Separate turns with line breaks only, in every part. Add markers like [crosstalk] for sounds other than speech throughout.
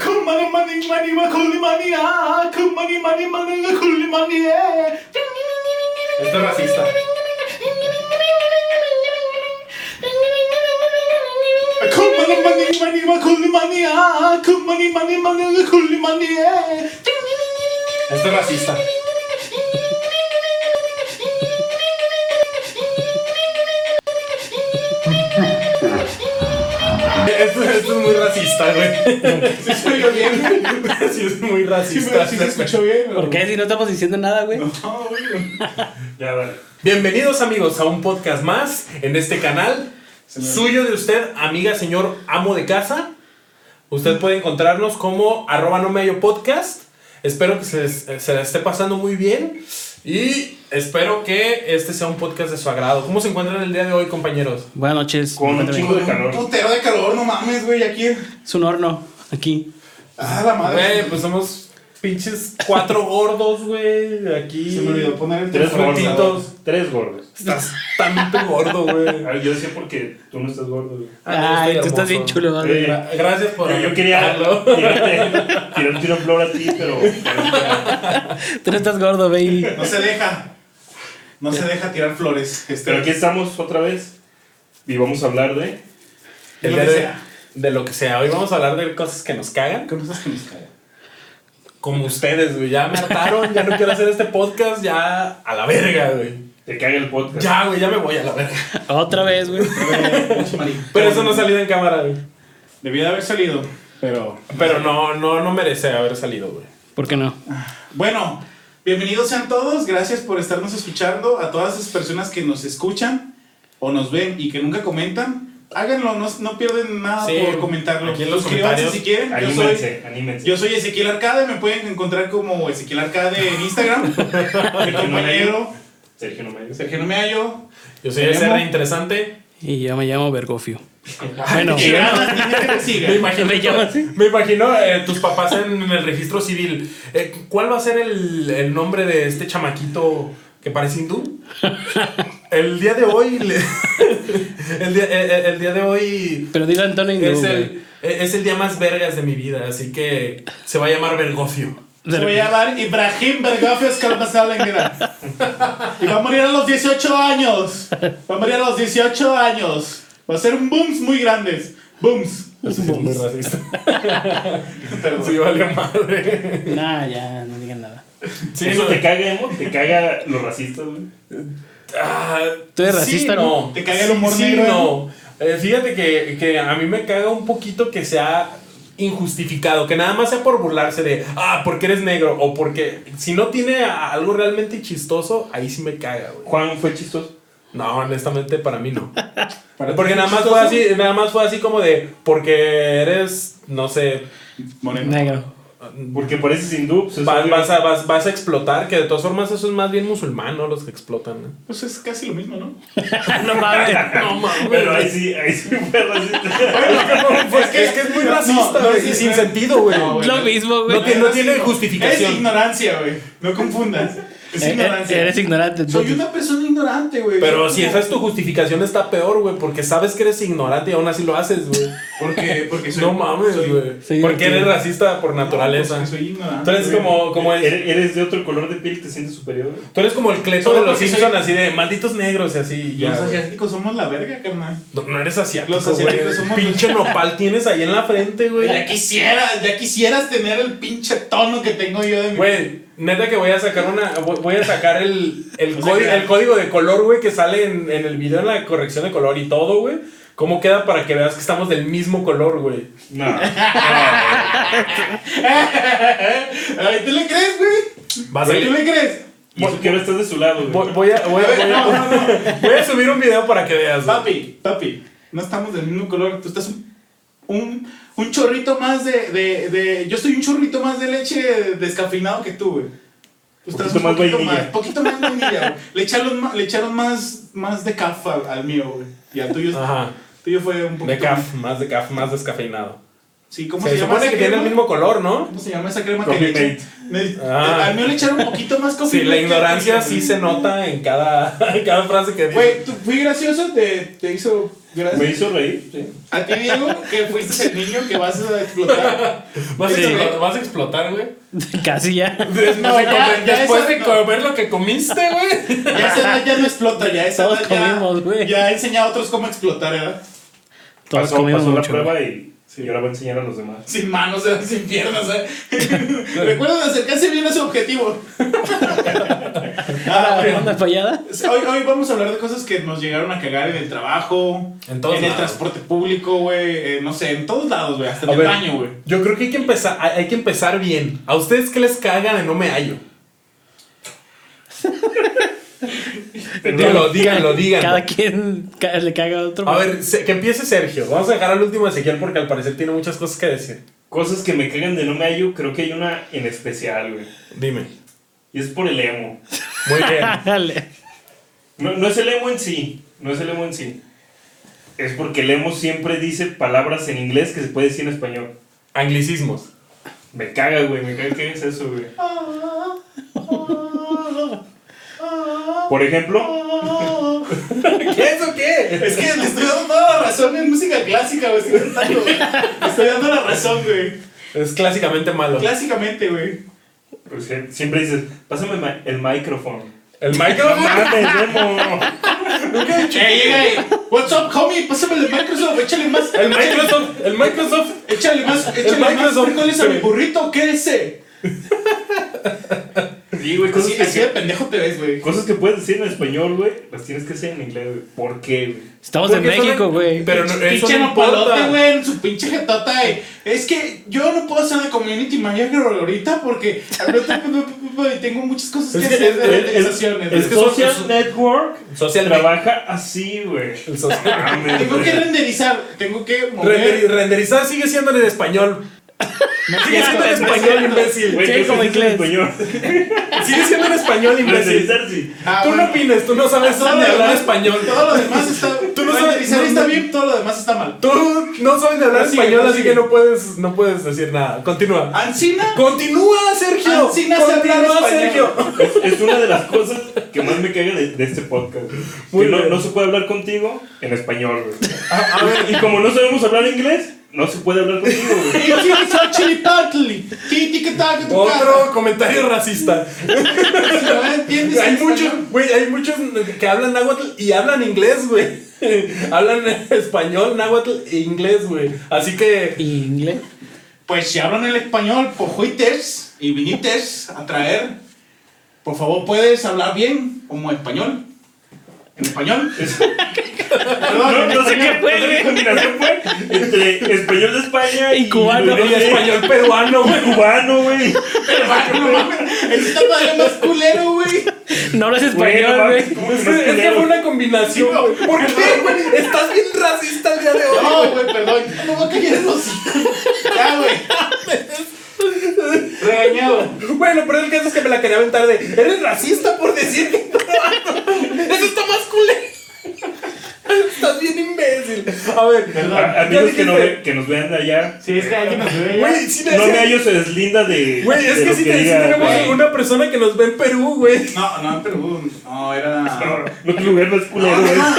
굿마니 마니 마니와 굴리마니야 굿마니 마니 마니가 굴리마니에
Esto es racista.
굿마니 마니 마니와 굴리마니야 굿마니 마니 마니가 굴리마니에
Esto es racista. Esto, esto es muy racista, güey.
¿Sí se oyó bien?
Sí, es muy
Sí, me-
racista.
sí se escuchó bien.
¿Por qué? Si no estamos diciendo nada, güey.
No, güey.
Ya, vale. Bienvenidos amigos a un podcast más en este canal.
Señor.
Suyo de usted, amiga, señor, amo de casa. Usted puede encontrarnos como arroba no me hallo podcast. Espero que se, les- eh, se la esté pasando muy bien. Y espero que este sea un podcast de su agrado. ¿Cómo se encuentran el día de hoy, compañeros?
Buenas noches.
Con un chingo de
Un
calor.
putero de calor, no mames, güey, aquí.
Es un horno aquí.
Ah, la madre.
Güey, pues somos pinches cuatro gordos, güey. Aquí.
Se me olvidó poner el
Tres
teléfono.
gorditos.
gordos. Tres gordos.
Estás tanto gordo, güey.
Ah, Yo decía porque tú no estás gordo. güey.
Ah,
Ay,
estoy
tú estás
hermoso.
bien chulo, ¿vale?
Sí.
Gra- Gracias por.
Yo, yo quería
aceptarlo.
[laughs] tirarte- tirar un tiro flor a ti, pero. pero-
Tú no estás gordo, baby.
No se deja. No se deja tirar flores. Este,
Pero aquí estamos otra vez. Y vamos a hablar de.
El
Lo
día
que
de,
sea.
de lo que sea. Hoy vamos a hablar de cosas que nos cagan.
¿Qué cosas que nos caen?
Como ustedes, güey. Ya me hartaron, ya no quiero hacer este podcast, ya a la verga, güey.
Te caga el podcast.
Ya, güey, ya me voy a la verga.
Otra vez, güey.
[laughs] Pero eso no ha salido en cámara, güey.
Debía de haber salido, pero.
Pero no, no, no merece haber salido, güey.
¿Por qué no?
Bueno, bienvenidos sean todos. Gracias por estarnos escuchando. A todas esas personas que nos escuchan o nos ven y que nunca comentan, háganlo. No, no pierden nada
Sí,
por comentarlo.
aquí en los comentarios.
si quieren. Yo soy,
Anímense, anímense.
yo soy Ezequiel Arcade. Me pueden encontrar como Ezequiel Arcade
[laughs]
en Instagram. Mi compañero
Sergio no me dice.
Sergio Nomeayo.
Yo soy ese re interesante.
Y yo me llamo Bergofio. Bueno,
Y nada, tiene que me
Me
sigan.
imagino,
¿Me llamas así?
me imagino eh, tus papás en, el registro civil. Eh, ¿Cuál va a ser el, el nombre de este chamaquito que parece
[laughs]
hindú? El día de hoy. le- el, día, el- el- el día de hoy.
pero dile a Antonio Hindú,
Es
güey.
el, eh, es el día más vergas de mi vida, así que se va a llamar Bergofio.
Se voy a llamar Ibrahim Bergafio Escalpazalenguera. Y va a morir a los 18 años. Va a morir a los 18 años. Va a ser un booms muy grandes. Booms.
Eso [laughs] sí es muy racista.
Perdón.
Sí, vale madre.
Nah, ya, no digan nada.
Sí,
Eso
no-
te caga, ¿no? Te caga los racistas, güey.
Ah,
¿Tú eres racista,
no?
no?
¿Te caga el humor
sí,
negro,
no. Eh, fíjate que, que a mí me caga un poquito que sea injustificado, que nada más sea por burlarse de, ah, porque eres negro, o porque si no tiene a- algo realmente chistoso, ahí sí me caga, güey.
Juan fue chistoso.
No, honestamente para mí no. porque nada más fue así, nada más fue así como de, porque eres, no sé,
Moreno.
Negro.
Porque pareces hindú. Pues es
va-
obvio.
vas, a, vas, vas a explotar, que de todas formas eso es más bien musulmán, ¿no? Los que explotan, ¿no?
Pues es casi lo mismo, ¿no?
no mames.
No mames.
Pero ahí sí, ahí sí fue racista.
Pues es que es, muy
No,
racista,
no,
güey,
sí,
y
sí,
sin
sí.
sentido, güey.
No, güey.
Lo mismo, güey.
No tiene-
Es
justificación.
Es ignorancia, güey. No confundas. Es
Eh, eh,
ignorancia.
Eres ignorante.
Soy
entonces.
una persona ignorante, güey.
Pero si esa es tu justificación está peor, güey, porque sabes que eres ignorante y aún así lo haces, güey.
Porque, porque soy.
No mames,
soy-
güey.
Sí,
porque
sí.
eres racista por naturaleza.
Porque pues, soy ignorante.
Entonces
güey.
como como el-
Eres Er-, eres de otro color de piel y te sientes superior. güey.
tú eres como el cleto
Solo
de los
porque
Simpson
soy-
así de malditos negros y así. ya,
Los
güey.
asiáticos somos la verga, carnal.
no, no eres asiático,
Los asiáticos
güey.
somos-
Pinche nopal tienes ahí en la frente, güey.
Ya quisieras, ya quisieras tener el pinche tono que tengo yo de mi.
Güey, neta que voy a sacar una. Voy voy a sacar el, el,
O sea,
códi-
que-
el código de color, güey, que sale en, en el video, en la corrección de color y todo, güey. ¿Cómo queda para que veas que estamos del mismo color, güey?
No. no, no.
Ay, ¿Tú le crees, güey?
Va a
¿Tú
salir-
le crees?
Y eso que ahora estás de su lado, güey.
Voy, voy a, voy, a, voy, a, voy a subir un video para que veas. güey.
Papi, papi, no estamos del mismo color. Tú estás un, un, un chorrito más de, de, de- Yo soy un chorrito más de leche descafeinado que tú, güey. Tú estás
Poquito
un
más
poquito
vainilla.
más, poquito más vainilla, güey. Le echaron, ma- le echaron más, más de caf al, al mío, güey. Y al tuyo,
Ajá.
tuyo fue un poquito
De caf, más de caf, más descafeinado.
Sí, ¿cómo se,
Se
llama
supone
esa
que tiene el
crema?
mismo color, ¿no?
¿Cómo se llama esa crema
Coffee
que le
Mate.
echan? Me-
Ah.
Al mío le echaron un poquito más coffee
Sí, la
mate.
ignorancia sí se nota en cada, [laughs] en cada frase que dice.
Güey, ¿tú fui gracioso? ¿Te, te hizo gracia?
Me hizo reír, sí.
A ti, Diego, que fuiste el niño que vas a explotar.
Vas,
Sí.
a, explo- vas a explotar, güey.
[laughs] Casi ya.
Después,
No,
de
ya,
comer-
ya
después
eso
de
no.
comer lo que comiste, güey.
Ya esa edad ya no explota, ya esa
Todos
edad ya-
comimos, güey.
Ya he enseñado a otros cómo explotar, ¿eh? ¿verdad?
Todos
pasó
comimos
pasó la
mucho,
prueba y sí, yo la voy a enseñar a los demás.
Sin manos, ¿verdad? sin piernas, ¿eh? Recuerden acercarse bien a su objetivo. Ah,
¿La
bueno.
onda fallada?
Hoy, hoy vamos a hablar de cosas que nos llegaron a cagar en el trabajo,
En todos
en el
lados.
transporte público, güey, eh, no sé, en todos lados, güey, hasta en
A
el
ver.
baño, güey.
Yo creo que hay que empezar, hay, hay que empezar bien. ¿A ustedes qué les caga de no me hallo?
[laughs]
Díganlo, díganlo, díganlo.
Cada quien ca- le caga a otro.
A ver, se- que empiece Sergio. Vamos a dejar al último Ezequiel porque al parecer tiene muchas cosas que decir.
Cosas que me cagan de no me hallo, creo que hay una en especial, güey.
Dime.
Y es por el emo.
Muy bien.
[laughs] Dale.
No, no es el emo en sí, no es el emo en sí. Es porque el emo siempre dice palabras en inglés que se puede decir en español.
[laughs]
Anglicismos.
Me caga, güey, me caga que es eso, güey. Por ejemplo,
¿Qué es o qué?
Es que le estoy dando toda la razón en música clásica, güey, estoy cantando, güey. Le estoy dando la razón, güey.
Es clásicamente malo.
Clásicamente, güey.
pues, eh, siempre dices, pásame el ma- el [laughs] micrófono.
El
[laughs]
micrófono.
¡Mames, emo!
Eh, llega y, what's up, homie, pásame el Microsoft, échale más,
El Microsoft. El Microsoft.
échale más, échale más
Microsoft.
frijoles a mi burrito, ¿qué es ese?
Sí, güey, cosas,
Así,
que,
así de pendejo te ves, güey.
cosas que puedes decir en español, güey, las tienes que decir en inglés, güey. ¿Por qué, güey?
Estamos en
Porque son-
México, güey.
Pero no, eso
pinche
no importa.
nopalote, güey, en su pinche jetota. eh. Es que yo no puedo ser de community manager ahorita porque ahorita tengo muchas cosas que
Es que
hacer de
es- es-
organizaciones.
es
güey.
que
Social
social-
Network
Social
trabaja así, güey. Ah,
El social-
Mames,
Tengo
güey.
que renderizar, tengo que mover.
Render- renderizar sigue siendo en español. Sigue siendo en español, imbécil.
Güey,
Sí,
no sé
como
si es
inglés.
español.
Sigue siendo en español, imbécil.
Renderizar, sí.
Ah,
Tú no
bueno.
opines, tú no sabes
Todo
ni
lo
hablar
demás-
español.
Todo lo demás está.
[laughs] Tú no sabes-
renderizar
no-
está
no-
bien, todo lo demás está mal.
Tú no sabes ni hablar
Prosigue,
español, así
prosigue.
que
Ah,
no puedes, no puedes decir nada. Continúa.
Ancina.
Continúa, Sergio.
Ancina se habla
Continúa,
español.
Sergio.
[laughs]
Es, es una de las cosas que más me caga de, de este podcast. güey.
Muy
Que no,
bien.
no se puede hablar contigo en español, güey.
A, a ver,
Y como no sabemos hablar inglés, no se puede hablar contigo, güey.
Yo sí que soy chilipatli. Titi que tal que tu
otro comentario racista.
cara. Si no la entiendes.
Hay
en
muchos,
español.
güey, hay muchos que hablan náhuatl y hablan inglés, güey. [laughs] Hablan español, náhuatl e inglés, güey. Así que
¿Y inglés?
Pues si hablan el español, pues juites y vinites a traer. Por favor, puedes hablar bien como español. En español. Perdón,
No,
en
no sé
español.
qué fue, no sé qué combinación fue entre español de España
Y cubano.
y
el español peruano, güey.
cubano, güey.
Pero, bueno, no mames, ese está todavía más culero, güey.
No hablas
Güey, no
español,
mames,
güey.
¿cómo
Es
es
que,
más
es que
culero?
fue una combinación, güey. ¿Por qué, güey? Estás bien racista el día de hoy.
No, güey, perdón. No va a callar el hocico. Ya, güey. Regañado.
Bueno, pero el caso es que me la quería aventar de. Eres racista por decir que Eso está más culero. Estás bien imbécil. A ver,
A- Amigos que, no ve- que nos vean de allá.
Sí, es que alguien nos ve
Güey, [laughs] sí me
No
decía-
me hallo, se deslinda de.
Güey, es
de
que
lo
si te
diga,
tenemos
güey.
una persona que nos ve en Perú, güey.
No, no, en Perú. No,
No,
era.
[laughs] No te lugar más culero, güey.
No,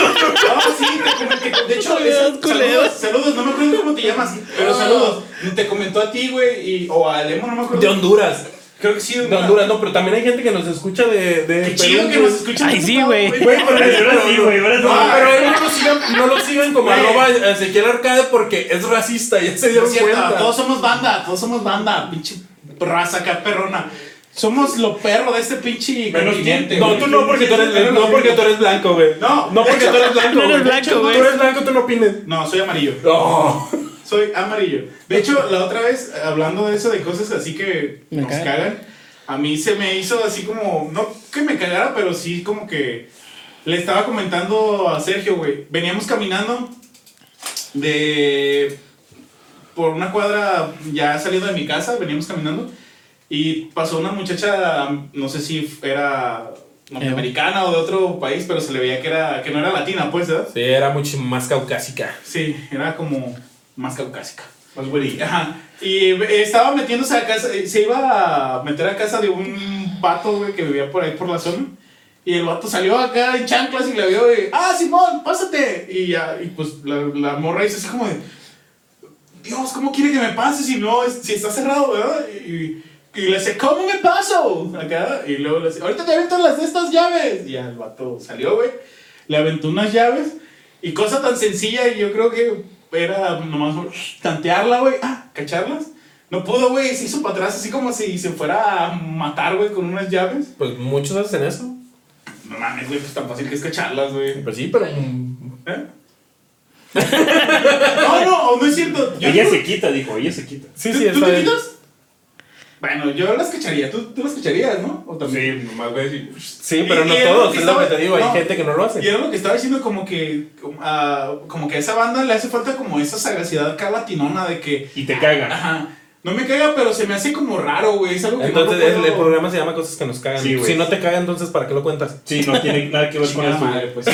sí, te comenté.
[laughs]
De hecho,
Culero,
es-
culero.
saludos, saludos, no me acuerdo cómo te llamas, pero
Ah.
saludos. Te comentó a ti, güey, y, o a Lemo, no me acuerdo.
De Honduras.
Creo que sí,
De Honduras, no, pero también hay gente que nos escucha de, de
Qué
Perú,
chido que
güey.
nos escuchan.
Ay,
de
sí,
otro lado,
güey.
Güey, pero ahora sí, güey, ahora sí.
No,
Ah,
pero ahí no lo sigan, no lo sigan como
Güey.
arroba eh, Ezequiel Arcade porque es racista, ya se
No
dieron
es cierto,
cuenta.
todos somos banda, todos somos banda, pinche raza acá perrona. Somos lo perro de este pinche
Menos
continente.
No,
güey.
tú no porque tú eres, no porque tú eres blanco, güey.
No,
no porque tú eres blanco.
No eres
güey.
blanco, güey.
Tú eres blanco, tú no opines.
No, soy amarillo.
No.
Soy amarillo. De hecho, la otra vez, hablando de eso, de cosas así que
Me
nos
cae.
cagan, a mí se me hizo así como, no que me cagara, pero sí como que le estaba comentando a Sergio, güey. Veníamos caminando de. por una cuadra ya saliendo de mi casa, veníamos caminando y pasó una muchacha, no sé si era norteamericana o de otro país, pero se le veía que, era, que no era latina, pues, ¿verdad?
Sí, era mucho más caucásica.
Sí, era como más caucásica.
Más güerilla.
Ajá. Y estaba metiéndose a casa, eh, se iba a meter a casa de un vato, güey, que vivía por ahí por la zona. Y el vato salió acá en chanclas y la vio y, ah, Simón, pásate. Y ya, y pues la, la morra hizo así como de, Dios, ¿cómo quiere que me pase si no, es- si está cerrado, verdad? Y, y le dice, ¿cómo me paso? Acá, y luego le dice, ahorita te aviento las de estas llaves. Y ya el vato salió, güey, le aventó unas llaves. Y cosa tan sencilla, y yo creo que era nomás tantearla, güey, ah, cacharlas. No pudo, güey, se hizo para atrás así como si se fuera a matar, güey, con unas llaves.
Pues muchos hacen eso.
No mames, güey, pues tan fácil que es cacharlas, güey.
Pues sí, pero. mm,
¿Eh? [laughs] no, no, no es cierto. Yo-
Ella
¿tú-
se quita, dijo, ella se quita.
Sí,
¿tú-
sí,
¿Tú
está
te
bien.
quitas? Bueno, yo las cacharía. ¿Tú, tú las cacharías, no? ¿O también?
Sí, nomás ves y-
Sí, pero
Y-
no
y era lo
todos,
que
es lo que
estaba-
te digo,
no.
hay gente que no lo
Y
hace.
era lo que estaba diciendo, como que, como, ah, como que a esa banda le hace falta como esa sagacidad acá latinona de que,
Y te caga.
ajá, no me caga, pero se me hace como raro, güey. Es algo que
Entonces,
no lo
el, el
puedo-
programa se llama Cosas que nos cagan.
Sí, güey.
si no te cagan, entonces, ¿para qué lo cuentas?
Sí, no tiene nada que ver con
Chingada
eso.
madre,
güey.
pues.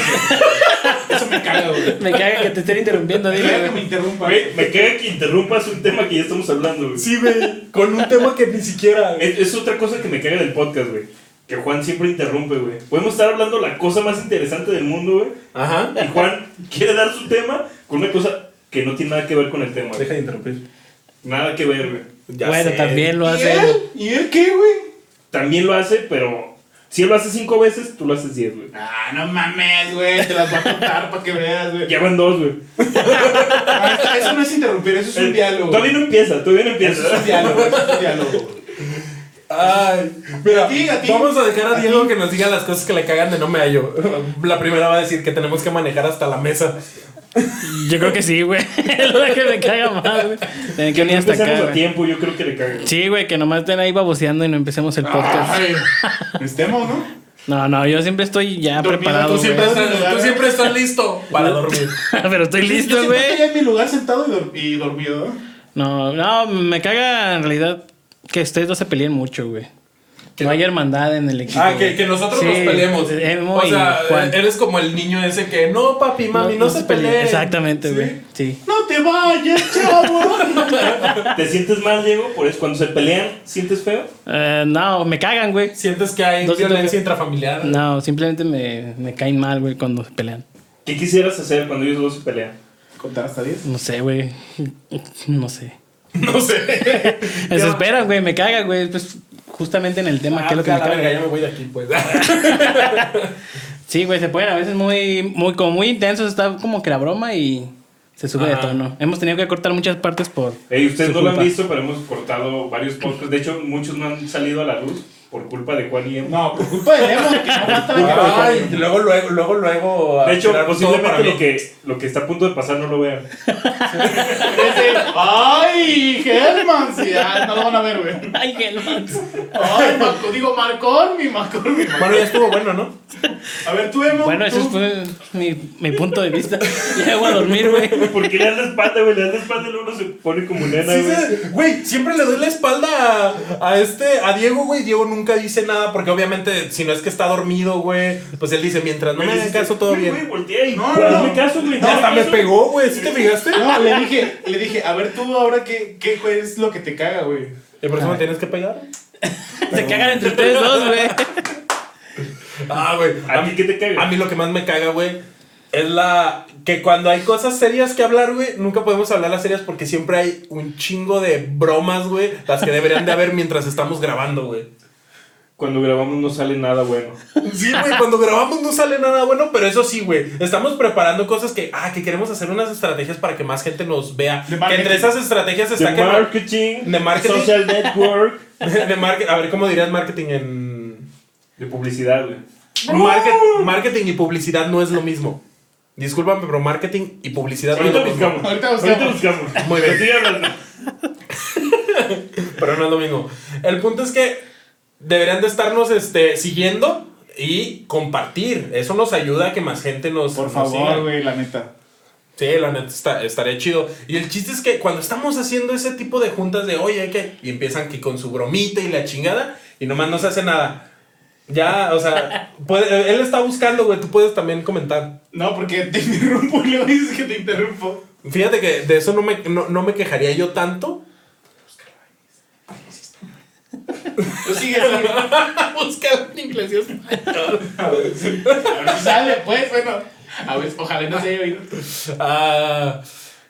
Eso me caga, güey.
Me caga que te estén interrumpiendo,
Me caga que me
dile.
interrumpa.
Güey, me caga que interrumpas un tema que ya estamos hablando, güey.
Sí, güey, [laughs] con un tema que ni siquiera.
Es, es otra cosa que me caga del podcast, güey. Que Juan siempre interrumpe, güey. Podemos estar hablando la cosa más interesante del mundo, güey.
Ajá.
Y Juan quiere dar su tema con una cosa que no tiene nada que ver con el tema. güey.
Deja de interrumpir.
Nada que ver, güey.
Ya
Bueno,
sé.
también lo
¿Y
hace.
él? ¿Y él qué, güey?
También lo hace, pero si él lo hace cinco veces, tú lo haces diez, güey.
Ah, no mames, güey. Te las voy a contar para que veas, güey.
Ya van dos, güey.
Ah, Eso no es interrumpir, eso es un
Eh,
diálogo.
Todavía no empieza, todavía no
Eso es un
empieza.
diálogo, eso es un diálogo.
Ay, mira,
A ti, a ti.
vamos a dejar a,
A
Diego
ti.
que nos diga las cosas que le cagan de no me hallo. La primera va a decir que tenemos que manejar hasta la mesa.
Yo creo que sí, güey. [laughs] Es la que me caga más, güey. Tienen que unir hasta
[laughs] Empezamos
acá.
a
güey.
tiempo, yo creo que le caga.
Sí, güey, que nomás estén ahí baboseando y no empecemos el podcast.
Ay, estemos, ¿no?
[laughs] No, no, yo siempre estoy ya
Dormido,
preparado,
tú
güey.
siempre-
Tú siempre estás listo.
Para dormir.
[laughs] Pero estoy
Yo
listo,
siempre estoy
güey.
en mi lugar sentado y, dor- y dormido. ¿no?
No, no, me caga en realidad que ustedes dos se peleen mucho, güey. Que no haya hermandad en el equipo.
Ah, que,
güey.
que nosotros
Sí,
nos peleemos.
Emo
O
y
sea, eh,
Juan.
eres como el niño ese que no, papi, mami, no, se peleen.
Exactamente,
Sí.
güey. Sí.
No te vayas, chavo.
¿Te sientes mal, Diego? Por eso, cuando se pelean, ¿sientes feo?
Eh, no, me cagan, güey.
Sientes que hay
No siento
violencia
que-
intrafamiliar. [laughs]
No, simplemente me, me caen mal, güey, cuando se pelean.
¿Qué quisieras hacer cuando ellos dos se pelean?
Contar hasta 10.
No sé, güey. No sé.
No sé.
Desesperan, güey, me caga, güey. Pues justamente en el tema,
Ah,
¿qué es lo que me
la
caga?
verga, ya me voy de aquí, pues.
Sí, güey, se ponen a veces muy, muy, como muy intensos, está como que la broma y se sube de
Ajá.
tono. Hemos tenido que cortar muchas partes por.
Ey, Eh, ustedes
Su
no lo han
culpa.
visto, pero hemos cortado varios podcasts. De hecho, muchos no han salido a la luz por culpa de Juan y Emma.
No, por culpa de Nemo, que no aguanta la cara.
Ay, luego, luego, luego, luego. a
De hecho,
tirar todo para
posiblemente
mí.
lo que, lo que está a punto de pasar no lo vean. [laughs]
Ese, Ay, Germán, sí, ah, no lo van a ver, güey.
Ay, Helmans.
Ay, Marco, digo Marcón, mi Marcón, mi Marcón.
Bueno, ya estuvo bueno, ¿no?
A ver, tú, Emo.
Bueno,
tú.
ese fue mi, mi punto de vista. [laughs] Ya voy a dormir, güey.
Porque le dan la espalda, güey. Le dan la espalda y luego uno se pone como nena,
Sí,
güey.
se- güey, siempre le doy la espalda a, a este, a Diego, güey. Diego nunca dice nada porque obviamente si no es que está dormido, güey, pues él dice mientras no me hagan caso todo
Güey,
bien.
Güey, voltea y
No,
no,
no,
hazme caso, güey.
No,
hazme
hasta me
caso.
pegó, güey. ¿Sí Ah. te fijaste?
No, le dije, le dije, a ver, tú ahora qué, qué güey, es lo que te caga, güey.
¿Y por eso me tienes que pegar?
Se cagan entre ustedes dos, güey.
Ah, güey.
¿A mí qué te caga?
A mí lo que más me caga, güey, es la. Que cuando hay cosas serias que hablar, güey, nunca podemos hablar las serias porque siempre hay un chingo de bromas, güey, las que deberían de haber mientras estamos grabando, güey.
Cuando grabamos no sale
[laughs]
nada bueno.
Sí, güey, cuando grabamos no sale nada bueno, pero eso sí, güey. Estamos preparando cosas que, ah, que queremos hacer unas estrategias para que más gente nos vea.
De
Que
marketing.
entre esas estrategias
De
está que.
marketing,
de marketing.
social network,
[laughs] de market- a ver, ¿cómo dirías marketing en.
de publicidad, güey.
Market- marketing y publicidad no es lo mismo. Discúlpame, pero marketing y publicidad no es
Ahorita
lo mismo.
buscamos.
Ahorita buscamos.
buscamos.
Muy bien.
Sigue hablando.
[laughs] Pero no es lo mismo. El punto es que deberían de estarnos este, siguiendo y compartir. Eso nos ayuda a que más gente nos.
Por
nos siga.
favor, güey, la neta.
Sí, la neta está, estaría chido. Y el chiste es que cuando estamos haciendo ese tipo de juntas de oye, hay que. Y empiezan que con su bromita y la chingada. Y nomás no se hace nada. Ya, o sea, puede- él está buscando, güey. Tú puedes también comentar.
No, porque te [laughs] interrumpo y luego dices que te interrumpo.
Fíjate que de eso no me, no, no me quejaría yo tanto.
Pues Tú sigue así.
[laughs]
Busca en inglés. Dios mío.
Sale, pues, bueno. A ver, ojalá no se haya oído.
Ah,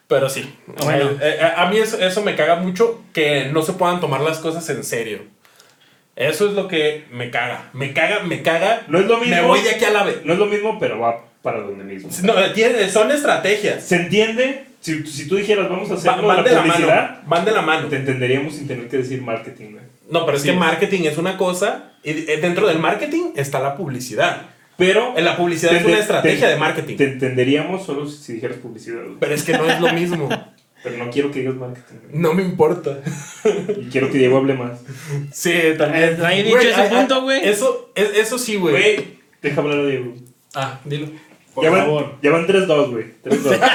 pero sí. O sea,
Bueno.
eh, a- a mí eso, eso me caga mucho que no se puedan tomar las cosas en serio. Eso es lo que me caga. Me caga, me caga.
No es lo mismo.
Me voy de aquí a la vez.
No es lo mismo, pero va para donde mismo.
No, tiene- son estrategias.
¿Se entiende? Si, si tú dijeras vamos a hacer
Va-
algo de
van de
la
la mano.
publicidad,
Van de la mano.
te entenderíamos sin tener que decir marketing, güey.
No, pero es
Sí.
que marketing es una cosa y eh, dentro del marketing está la publicidad.
Pero.
Eh, La publicidad es
te-
una
te-
estrategia
te-
de marketing.
Te entenderíamos solo si, si dijeras publicidad, güey.
Pero es que no es lo mismo.
Pero no quiero que digas marketing,
[laughs]
güey.
No me importa.
Y quiero que Diego hable más.
Sí, también.
Eh, ahí dicho
Güey,
ese
ah, ah,
punto, güey.
Eso, es- eso sí, güey.
Güey, deja hablar a Diego.
Ah, dilo.
Por
ya
favor.
Van, ya van 3-2, güey.
[laughs]
3-2.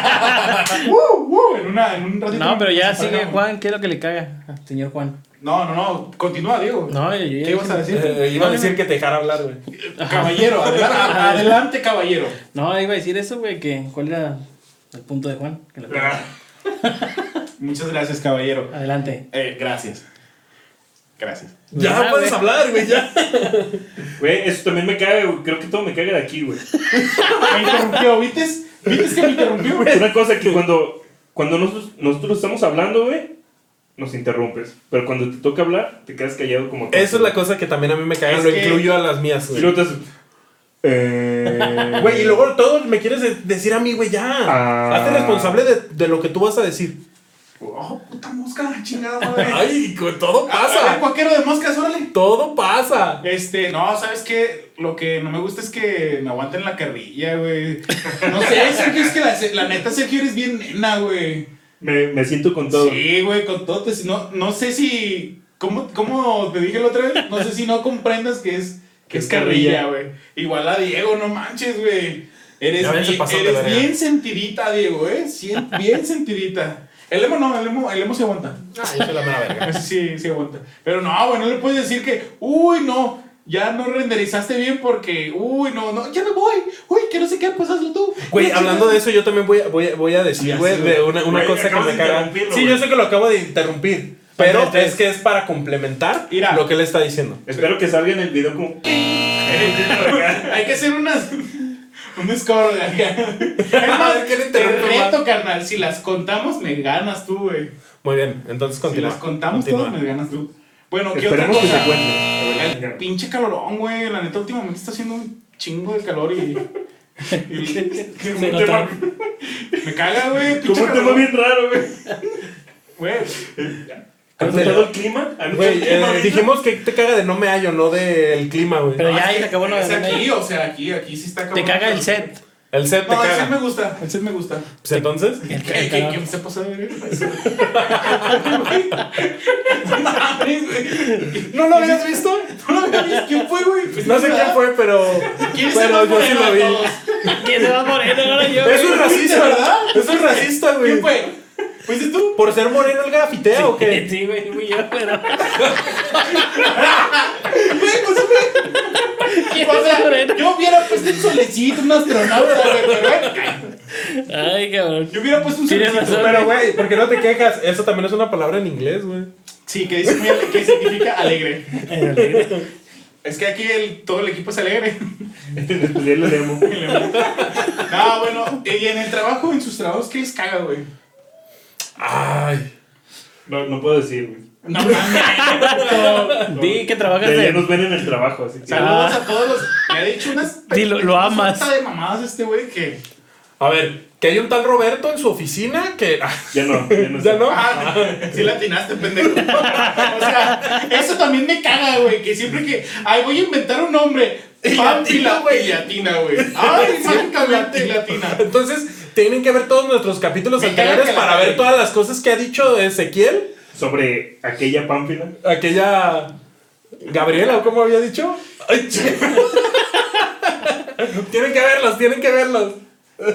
Uh, uh, en, una, en un ratito.
No, pero ya
se
sigue
paga.
Juan, ¿qué es lo que le caga? Ah, Señor Juan.
No, no, no. Continúa, Diego.
No, yo- yo-
¿Qué ibas a decir?
Eh, iba a decir que te dejara hablar, güey.
[laughs]
Caballero, adelante, adelante, caballero.
No, iba a decir eso, güey, que cuál era el punto de Juan. Que lo-
Muchas gracias, caballero.
Adelante.
Eh, gracias. Gracias.
Ya
Ya,
puedes
Ah, güey.
hablar, güey, ya.
Güey, eso también me caga, güey. Creo que todo me caga de
[laughs]
aquí, güey.
Me interrumpió, ¿viste? ¿Viste que me interrumpió?
Es una cosa que cuando, cuando nosotros, nosotros estamos hablando, güey, nos interrumpes. Pero cuando te toca hablar, te quedas callado como...
Eso es la cosa que también a mí me caga.
Es
lo
que-
incluyo a las mías,
Y
güey.
luego te haces, eh,
Güey, y luego todo me quieres de- decir a mí, güey, ya.
Ah.
Hazte responsable de, de lo que tú vas a decir.
Oh, puta mosca, chingada madre.
Ay, güey, todo
A ver, cuaquero de moscas, órale.
Todo pasa.
Este, no, ¿sabes qué? Lo que no me gusta es que me aguanten la carrilla, güey. No sé, Sergio, es que la, la neta, Sergio, eres bien nena, güey.
me, me siento con todo.
Sí, güey, con todo. te- No, no sé si. ¿cómo, ¿Cómo te dije la otra vez? No sé si no comprendas que es, que es carrilla, güey. Igual a Diego, no manches, güey. Eres,
Ya ven, se
bien,
pasó de
eres
verga.
bien sentidita, Diego, ¿eh? Sien- bien sentidita. El emo no, el emo, el emo se aguanta.
Ah,
Ay, se la mera verga.
Ese sí, sí aguanta. Pero no, güey, no le puedes decir que, uy, no, ya no renderizaste bien porque, uy, no, no, ya me voy. Uy, que no sé qué, pues hazlo tú.
Güey,
[laughs] Ya,
hablando
chica.
de eso, yo también voy, a- voy, a- voy a
Ya
decir,
sé,
güey,
güey.
de una, una
Güey,
cosa que
acabas
me
de
caga.
interrumpirlo,
Sí,
güey.
yo sé que lo acabo de interrumpir, pero es que es para complementar
Mira.
lo que él está diciendo.
Espero que salga en el
[laughs]
video como...
Hay que hacer unas. Un score de acá. [laughs] Es
A [laughs]
más,
ver, ¿qué le
te
interrumpe más?
reto, carnal. Si las contamos, me ganas tú, güey.
Muy bien, entonces
Si
continúa.
las contamos
continúa.
todas, me ganas tú. Bueno, ¿qué
Esperemos que
otra
se
cosa?
cuente.
El pinche calorón, güey. La neta, últimamente está haciendo un chingo de calor y.
[laughs]
y-
Se nota.
me caga, güey.
Como
Pinche
un tema
calor.
bien raro, güey.
Güey,
¿Has notado el clima? ¿Has notado
[laughs]
el
[laughs] Güey,
clima
eh,
ahorita?
dijimos que te caga de no me hallo, no del clima, güey.
Pero
no,
ya
es
ahí
que
se acabó lo
Es
de-
aquí, o sea, aquí, aquí sí está
Te
cabrón.
caga el set.
El set te
No, el set me
caga.
gusta. El set me gusta.
Pues entonces,
El,
¿Qué,
el
qué,
calor.
qué se pasó de ver? [laughs] Mames, güey.
¿no lo habías visto?
No lo había visto. ¿Quién fue, güey? Pues
No sé quién
nada.
fue, pero.
¿Quién es el
Pero
más
yo sí
moreno
lo
de
vi.
todos?
¿Quién se va a poner ahora yo?
Es un racista,
¿verdad?
Es un racista,
¿Quién
güey.
fue? ¿Fuiste tú?
¿Por ser moreno el grafitea o qué?
Sí, güey, fui yo,
[laughs]
pero. [laughs]
Güey, pues, güey.
¿Quién
O
es
sea,
Moreno?
yo hubiera puesto un solecito, un astronauta, güey, pero, güey,
Ay, cabrón.
Yo hubiera puesto un
Tienes
solecito.
razón.
Pero, güey, ¿por qué no te quejas? Eso también es una palabra en inglés, güey.
Sí, que dice muy ale- que significa alegre. Es que aquí el- todo el equipo es alegre. [laughs]
En Este especial el emo.
[laughs]
No, bueno, y en el trabajo, en sus trabajos, ¿qué les caga, güey?
Ay.
No, no puedo decir, güey.
No
[laughs]
mames.
Di que trabajas
Ya, ya
en. Ah.
nos ven en el trabajo, así que...
Ah.
Saludos a [laughs] todos los. Me ha dicho unas.
Di, lo- lo amas.
Está de mamadas este güey que.
A ver, que hay un tal Roberto en su oficina que. [laughs]
Ya no,
[laughs]
ya no.
¿Ya [laughs] no?
Ah, sí latinaste, pendejo. O sea, eso también me caga, güey. Que siempre que. Ay, voy a inventar un nombre. Papi
latina,
la- y latina, güey. Ay, francamente latina.
Entonces, tienen que ver todos nuestros capítulos
Me caga
anteriores
que la
para
cague.
ver todas las cosas que ha dicho Ezequiel,
Sobre aquella pámpila.
aquella. Gabriela, ¿o cómo había dicho? Ay, [laughs] che. tienen que verlos, tienen que verlos.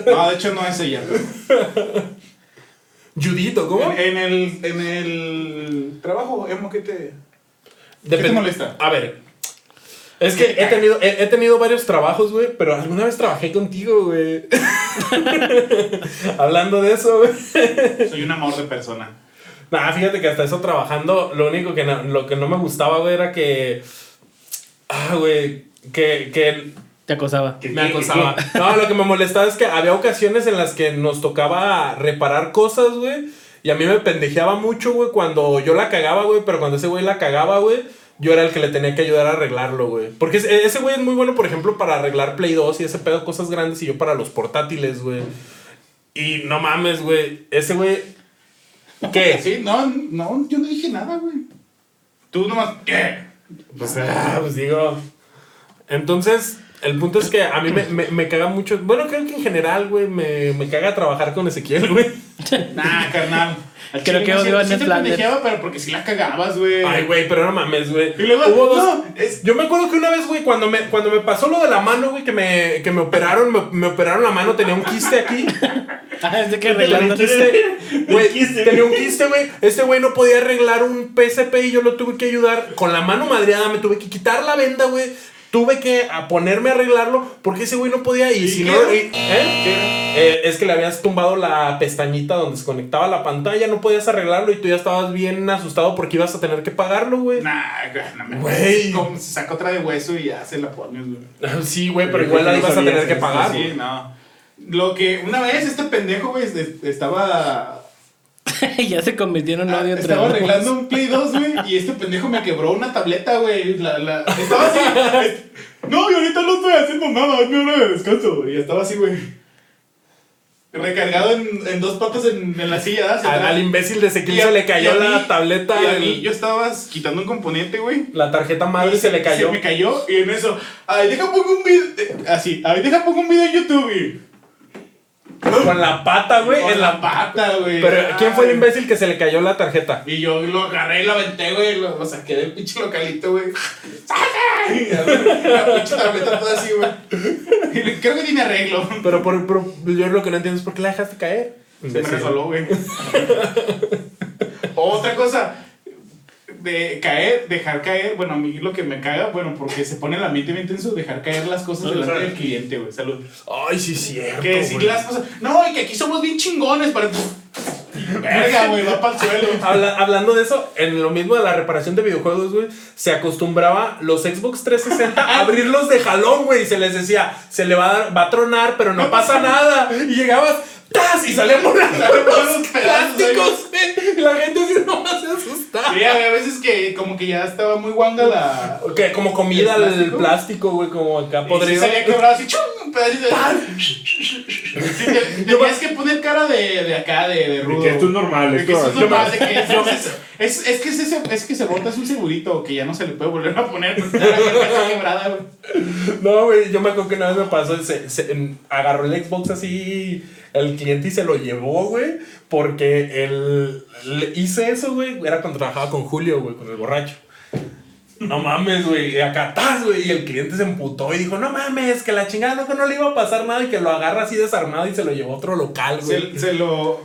No, de hecho no es ella.
Judito, ¿cómo?
En, en el, en el trabajo, Emo, ¿qué te.
Depende-
molesta?
A ver. Es que he tenido, he, he tenido varios trabajos, güey, pero alguna vez trabajé contigo, güey. [laughs] Hablando de eso, güey.
Soy un amor de persona.
Nah, fíjate que hasta eso trabajando, lo único que no, lo que no me gustaba, güey, era que. Ah, güey. Que, que [laughs]
Te acosaba. [laughs]
Que-
me
que-
acosaba. No, lo que me molestaba es que había ocasiones en las que nos tocaba reparar cosas, güey. Y a mí me pendejeaba mucho, güey, cuando yo la cagaba, güey. Pero cuando ese güey la cagaba, güey, yo era el que le tenía que ayudar a arreglarlo, güey. Porque ese ese güey es muy bueno, por ejemplo, para arreglar Play 2 y ese pedo, cosas grandes. Y yo para los portátiles, güey. Y no mames, güey. Ese güey. ¿Qué?
Sí, no, no, yo no dije nada, güey. Tú nomás, ¿qué?
Pues, ah, [laughs] pues digo. Entonces, el punto es que a mí me, me, me caga mucho. Bueno, creo que en general, güey, me, me caga trabajar con Ezequiel, güey.
Nah, carnal. Al
Creo
chile
que
no sé,
odio a
sí te
Ned Flanders.
pendejeaba, pero porque sí la cagabas, güey.
Ay, güey, pero no mames, güey.
Y luego,
Hubo dos-
no, es-
Yo me acuerdo que una vez, güey, cuando me, cuando me pasó lo de la mano, güey, que me, que me operaron, me, me operaron la mano, tenía un quiste aquí.
Ah, es de que
Te la
arreglando.
metiste-
[laughs]
Este,
Del
güey,
quiste.
tenía un quiste, güey. Este güey no podía arreglar un PSP y yo lo tuve que ayudar con la mano madreada. Me tuve que quitar la venda, güey. Tuve que a ponerme a arreglarlo porque ese güey no podía. Y,
¿Y
si
qué
no.
era?
y- ¿eh? Eh, es que le habías tumbado la pestañita donde se conectaba la pantalla. No podías arreglarlo y tú ya estabas bien asustado porque ibas a tener que pagarlo, güey.
Nah, güey, no me
Güey.
Como se saca otra de hueso y ya se la pones,
[laughs]
güey.
Sí, güey, pero
Yo
igual la
creo que no
ibas a
sabías
tener que
esto,
pagar.
Sí, no. Lo que una vez este pendejo, güey, es- estaba
[laughs] ya se convirtieron en
Ah,
odio entre
Estaba
los dos.
arreglando un Play 2, güey, y este pendejo me quebró una tableta, güey. La, la...
[laughs]
Estaba así. es- No, y ahorita no estoy haciendo nada, es mi hora de descanso. güey. Y estaba así, güey. Recargado en, en dos patas en, en la silla. hacia
Al,
atrás.
al imbécil de
Y
Ezequiel
a-
se le
y
cayó
a
la
mí-
tableta.
Y a
del-
mí, yo estaba quitando un componente, güey.
La tarjeta madre
y
se le cayó.
Se me cayó, y en eso. Ay, deja pongo un video. Así, ay, deja pongo un video en YouTube, güey.
Con la pata, güey.
Con
en
la
la...
pata, güey.
Pero ¿quién fue el
Ay.
imbécil que se le cayó la tarjeta?
Y yo lo agarré y lo aventé, güey. Lo, lo saqué del pinche localito, güey. ¡Saca! Y La pinche tableta toda así, güey. Y le- Creo que tiene arreglo.
Pero, por, por- yo lo que no entiendo es por qué la dejaste caer.
Se me
Imbécil.
resoló, güey. Otra cosa. De caer, dejar caer. Bueno, a mí lo que me caga, bueno, porque se pone el ambiente bien tenso, dejar caer las cosas delante del cliente, güey. Salud.
Ay, sí, cierto.
Que decir
güey.
las cosas. No, y que aquí somos bien chingones para. Verga, güey, va para
[laughs]
el suelo.
Habla- hablando de eso, en lo mismo de la reparación de videojuegos, güey, se acostumbraba los Xbox 360 a abrirlos de jalón, güey, y se les decía, se le va a, dar- va a tronar, pero no pasa nada. Y llegabas, ¡tas! Y salían
[laughs]
volando los
Salían los pedazos,
plásticos, güey. Y la gente así no más se asustaba.
Sí, había veces que como que ya estaba muy guanga la.
Que como comida
¿El
al
plástico?
plástico, güey, como acá
Y sí
podrido.
salía quebrado así, ¡chum! Un pedacito de- Sí, te- tenías que poner cara de, de acá, de, de rudo.
que esto es normal,
De que
esto-
esto es normal, de que es- es, es, es que es, ese- es que se bota, es un segurito que ya no se le puede volver a poner. porque está la carcasa quebrada, güey.
No, güey, yo me acuerdo que una vez me pasó, se, se- en- agarró el Xbox así el cliente y se lo llevó, güey, porque el, le- hice eso, güey, era cuando trabajaba con Julio, güey, con el borracho. No mames, güey, y acá estás, güey, y el cliente se emputó y dijo, no mames, que la chingada loco no le iba a pasar nada y que lo agarra así desarmado y se lo llevó a otro local, güey.
Se, se lo.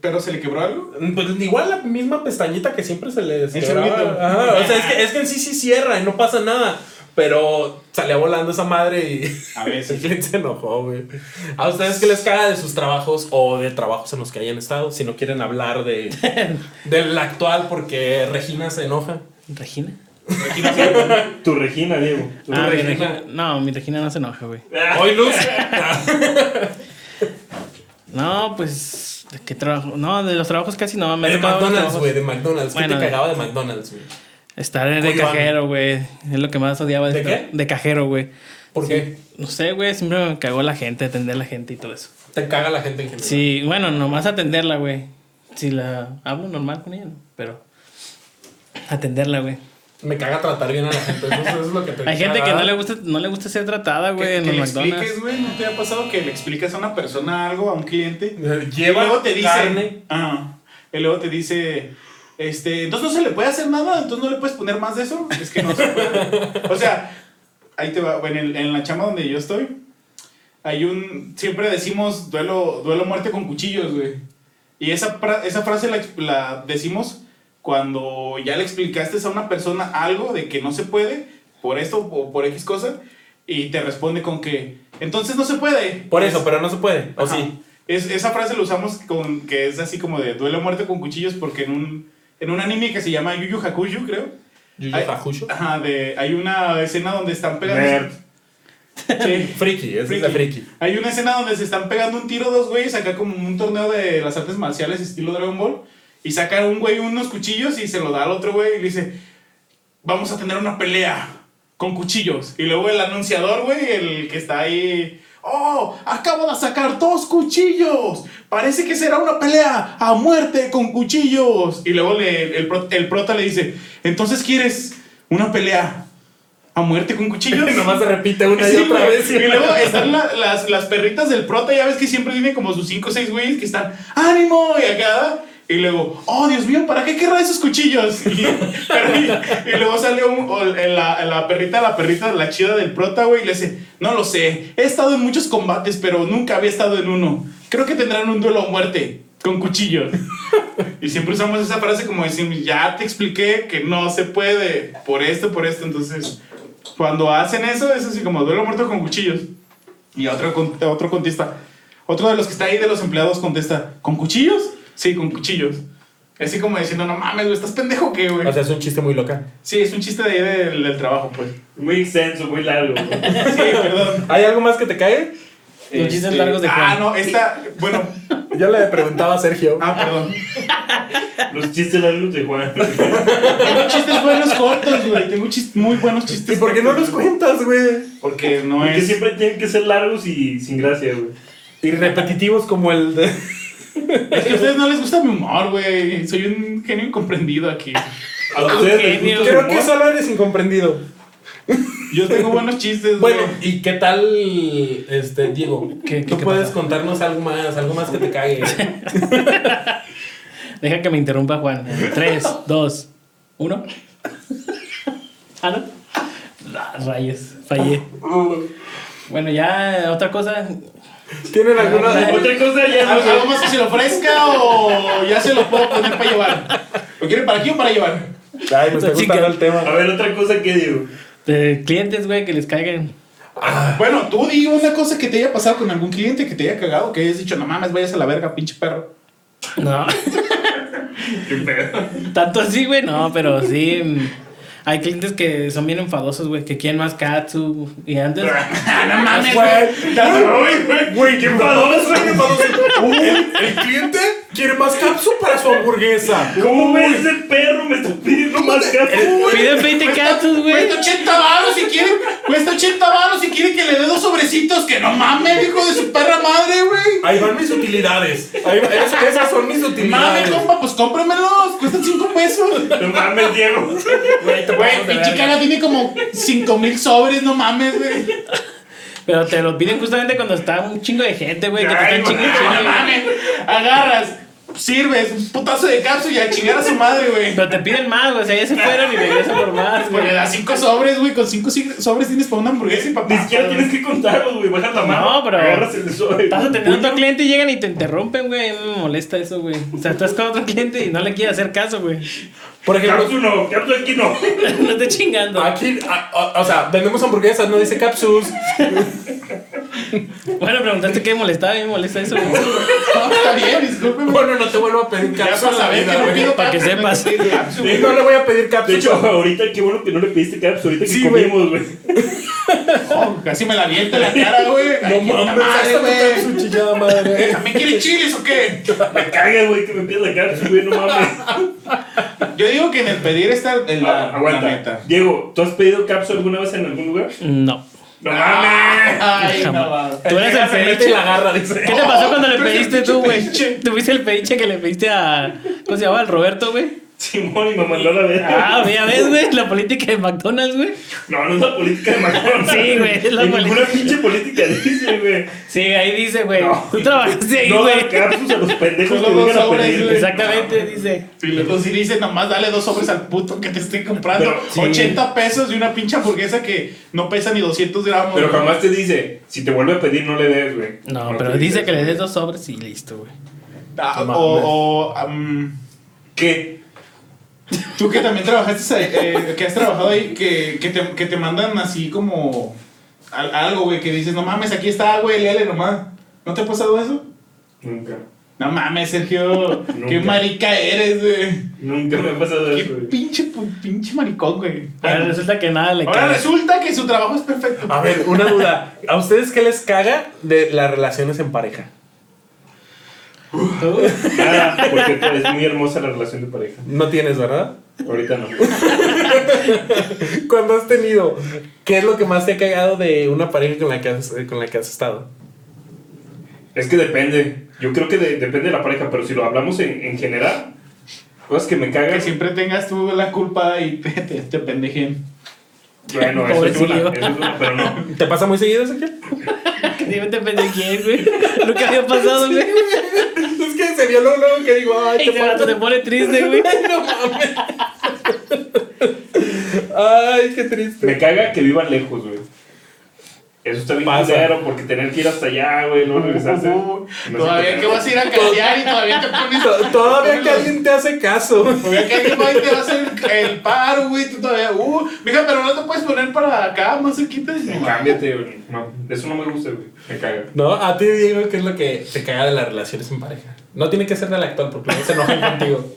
Pero se le quebró algo.
Pues igual la misma pestañita que siempre se le
segundito.
Ajá, o sea, es que, es que en sí sí cierra y no pasa nada. Pero salía volando esa madre y
A
[laughs] el
veces.
cliente se enojó, güey. ¿A ustedes qué les caga de sus trabajos o de trabajos en los que hayan estado? Si no quieren hablar de
[laughs]
del actual porque Regina se enoja.
¿Regina?
Tu Regina, Diego. Tu
Ah, mi
Regina.
Regina- No, mi Regina no se enoja, güey.
Hoy Luz.
No, pues. ¿De qué trabajo? No, de los trabajos casi no. [laughs] Me
Ah,
ha
de
tocado varios
McDonald's,
trabajos.
güey, de McDonald's. ¿Qué
Bueno,
te
de-
cagaba de McDonald's, güey?
Estar de
Coyoacán.
cajero, güey. Es lo que más odiaba de,
¿De
tra-
qué?
de cajero, güey.
¿Por qué?
No sé, güey. Siempre me cagó la gente, atender a la gente y todo eso.
Te caga la gente en general.
Sí, bueno, nomás atenderla, güey. Si la hablo normal con ella, ¿no? pero atenderla, güey.
Me caga tratar bien a la gente. Eso, eso es lo que te
Hay gente que
caga.
no le gusta, no le gusta ser tratada, güey,
Que,
en
que
los
le
McDonald's.
expliques, güey. ¿No te ha pasado que le explicas a una persona algo, a un cliente?
Lleva
y luego te dice,
carne.
Ah, y luego te dice, este, entonces no se le puede hacer nada, entonces no le puedes poner más de eso. Es que no se puede. O sea, ahí te va, en, el- en la chamba donde yo estoy, hay un, siempre decimos duelo, duelo a muerte con cuchillos, güey. Y esa, pra- esa frase la, ex- la decimos cuando ya le explicaste a una persona algo de que no se puede, por esto o por X cosa, y te responde con que, entonces no se puede.
Por
Es-
eso, pero no se puede. ¿O
Ajá.
sí?
Es- esa frase la usamos con que es así como de duelo a muerte con cuchillos porque en un, en un anime que se llama Yu Yu Hakusho, creo.
Yuyu
Ay.
Hakusho.
Ajá, de, hay una escena donde
Nerd.
están pegando... Sí.
Friki, esa es la friki.
Hay una escena donde se están pegando un tiro dos güeyes acá como un torneo de las artes marciales estilo Dragon Ball y saca un güey unos cuchillos y se lo da al otro güey y le dice, vamos a tener una pelea con cuchillos. Y luego el anunciador, güey, el que está ahí, oh, acabo de sacar dos cuchillos. Parece que será una pelea a muerte con cuchillos. Y luego le- el, pro- el prota le dice, entonces quieres una pelea a muerte con cuchillos.
[laughs] Nomás se repite una y
Sí,
otra
güey.
vez.
Y luego están la- las, las perritas del prota, ya ves que siempre tiene como sus 5 o 6 güeyes que están ánimo y acá. Y luego, oh Dios mío, ¿para qué querrá esos cuchillos? [laughs] Y, pero- y- y luego sale un- o la, la perrita, la perrita, la chida del prota, güey, y le dice, no lo sé, he estado en muchos combates, pero nunca había estado en uno. Creo que tendrán un duelo a muerte con cuchillos. [laughs] y siempre usamos esa frase como decimos, ya te expliqué que no se puede por esto, por esto, entonces... Cuando hacen eso, es así como duelo muerto con cuchillos. Y otro, con- otro contesta. Otro de los que está ahí de los empleados contesta, ¿con cuchillos? Sí, con cuchillos. Así como diciendo, no mames, güey, estás pendejo que, güey.
O sea, es un chiste muy local.
sí, es un chiste de ahí del, del trabajo,
[laughs]
pues.
Muy extenso, muy
[laughs]
largo. güey.
Sí, perdón.
¿Hay algo más que te cae?
Los chistes largos de
Ah,
Juan.
no, esta, bueno,
Yo le preguntaba a Sergio.
ah, perdón.
Los chistes largos de Juan.
Tengo chistes buenos cortos, güey. Tengo chis- muy buenos
¿Y
chistes.
por qué no los
cortos.
cuentas, güey?
Porque no
Porque
es.
siempre tienen que ser largos y sin gracia, güey.
Y repetitivos como el de.
Es que a ustedes no les gusta mi humor, güey. Soy un genio incomprendido aquí.
A ustedes les
genio.
gusta su
Creo que
humor?
solo eres incomprendido.
Yo tengo buenos chistes, güey.
Bueno, ¿y qué tal, este, Diego?
¿Qué- qué-
¿Tú
qué
puedes
pasa?
contarnos algo más, algo más que te cague?
Deja que me interrumpa
[laughs]
Juan. Tres, dos, uno. Ah, no. Ah, rayos, fallé. Bueno, ya otra cosa.
[laughs] ¿Tienen alguna
Ay,
Otra cosa ya no
¿Al-
sé.
¿Algo más que se lo ofrezca o ya se lo puedo poner para llevar? ¿Lo quieren para aquí o para llevar?
Ay, me está gustando
Chica.
el tema.
A ver, otra cosa que digo.
De clientes, güey, que les caigan.
Bueno, tú di una cosa que te haya pasado con algún cliente que te haya cagado, que hayas dicho, no mames, vayas a la verga, pinche perro. [laughs]
No.
Qué pedo.
Tanto así, güey, no, pero sí. mm, Hay clientes que son bien enfadosos, güey, que quieren más katsu. Y antes.
[laughs] no mames,
güey.
Te-
Güey, qué padrón
Uy, el cliente quiere más capsu para su hamburguesa.
¿Cómo ves ese perro? Me está pidiendo más café.
Piden 20 katsu, güey.
Cuesta 80 baros si quiere, cuesta 80 baros si quiere que le dé dos sobrecitos, que no mames, hijo de su perra madre, güey.
Ahí van mis utilidades. Ahí va- es- esas son mis utilidades.
Mame, compa, pues cómpramelos, cuestan 5 pesos.
No mames, Diego.
Güey, te
Güey,
pasas de
pinche
verga.
cara tiene como 5 mil sobres, no mames, güey.
Pero te lo piden justamente cuando está un chingo de gente, güey, que te
Ay,
están chingue,
mamá,
chingue,
No
güey.
mames, agarras, sirves un putazo de capsu y a chingar a su madre, güey.
Pero te piden más, güey. O sea, ya se fueron y regresan por más,
Pues
güey.
le das cinco sobres, güey. Con cinco sig- sobres tienes para una hamburguesa y para
Ni siquiera tienes que contarlos, güey. Baja la mano.
No, pero-
Agarras el suave.
Estás atendiendo a tu cliente y llegan y te interrumpen, güey. Me molesta eso, güey. O sea, estás con otro cliente y no le quieres hacer caso, güey. [laughs]
Por ejemplo,
Capsu no, capsu aquí no.
No te chingando.
aquí, a- o- o sea, vendemos hamburguesas, no dice capsus.
Bueno, preguntaste qué molestaba. A mí me molesta eso, güey.
No, está bien, discúlpeme.
Bueno, no te vuelvo a pedir
Ya
capsu
para
en la
saber que
vida,
no
güey.
pido
para que
capsu, no
sepas.
pido capsu, güey.
No le voy a pedir capsu.
De hecho, ahorita qué bueno que no le pediste capsu. Ahorita que
Sí, güey.
comimos, güey.
Oh, casi me la aviento en la cara,
[laughs]
güey. Ay,
no
puta
mames,
madre,
hasta
güey.
capsu, chillada [laughs] madre.
¿También quiere chiles o qué?
Me caga, güey, que me pidas la capsu, güey. No mames.
Yo digo que en el pedir está en la,
Ah, aguanta.
la neta.
Diego, ¿tú has pedido capsu alguna vez en algún lugar?
No.
No mames.
Ah.
Ay,
Jamás.
no. va.
Tú eres el
Se mete y
fetiche.
la garra, dice.
¿Qué te pasó cuando le
Tú eres el
pediste
pinche
tú, güey?
fetiche.
Tuviste el pediche que le pediste a. ¿Cómo se llamaba? Al Roberto, güey.
Simón y me mandó a la verga.
Ah, ya ves, güey. La política de McDonald's, güey.
No, no es la política de Macron.
Sí, güey, es la
En Ninguna
política.
pinche política dice, güey.
Sí, ahí dice, güey.
No.
Tú trabajaste ahí,
No
güey.
dar capsus a los pendejos
Solo
que
dos
vengan a
sobres,
pedir.
güey.
Exactamente, dice.
Y luego sí dice, nomás dale dos sobres al puto que te estoy comprando.
Pero, sí.
80 pesos de una pinche hamburguesa que no pesa ni 200 gramos.
Pero
güey.
jamás te dice, si te vuelve a pedir, no le des, güey.
No,
No
pero
te
dice
dices.
que le des dos sobres y listo, güey.
Ah,
No
o, o, am,
¿Qué?
Tú que también trabajaste, ahí, eh, que has trabajado ahí, que, que, te, que te mandan así como al- algo, güey, que dices, no mames, aquí está, güey, léele nomás. ¿No te ha pasado eso?
Nunca.
No mames, Sergio, qué
Nunca.
marica eres, güey.
Nunca me ha pasado
Qué
eso, güey.
pinche, pu- pinche maricón, güey.
Ahora resulta que nada le
Ahora
cae.
resulta que su trabajo es perfecto.
A ver, una duda. ¿A ustedes qué les caga de las relaciones en pareja?
Nada, porque pues, es muy hermosa la relación de pareja.
No tienes, ¿verdad? [laughs]
Ahorita no.
Cuando has tenido, ¿qué es lo que más te ha cagado de una pareja con la que has, con la que has estado?
Es que depende. Yo creo que de- depende de la pareja, pero si lo hablamos en, en general, cosas que me cagan.
Que siempre tengas tú la culpa y te, te, te pendejen.
Bueno, eso es una,
Pobrecillo.
eso es una, pero no.
¿Te pasa muy seguido, Sergio?
[laughs] Que sí, vete pendejié, [laughs] güey. Nunca había pasado, güey.
[laughs] Es que se vio luego, luego que digo, ay,
Y
te
se vato te
pasa.
pone triste, güey.
[laughs] No mames. Ay, qué triste.
Me caga que vivan lejos, güey. Eso está bien
Pasa.
culero, porque tener que ir hasta allá, güey, no regresarse. No sé
todavía
qué
que vas a ir a callar y todavía te pones.
To- Todavía que
los-
alguien te hace caso.
Todavía que alguien va y te va a hacer el paro, güey. Tú todavía. Uh, mija, pero no te puedes poner para acá, más cerquita.
Me cámbiate, güey. No, eso no me gusta, güey. Me caga.
[laughs] No, a ti Diego, ¿qué es lo que te caga de las relaciones en pareja? No tiene que ser de la actual porque luego se enojan contigo.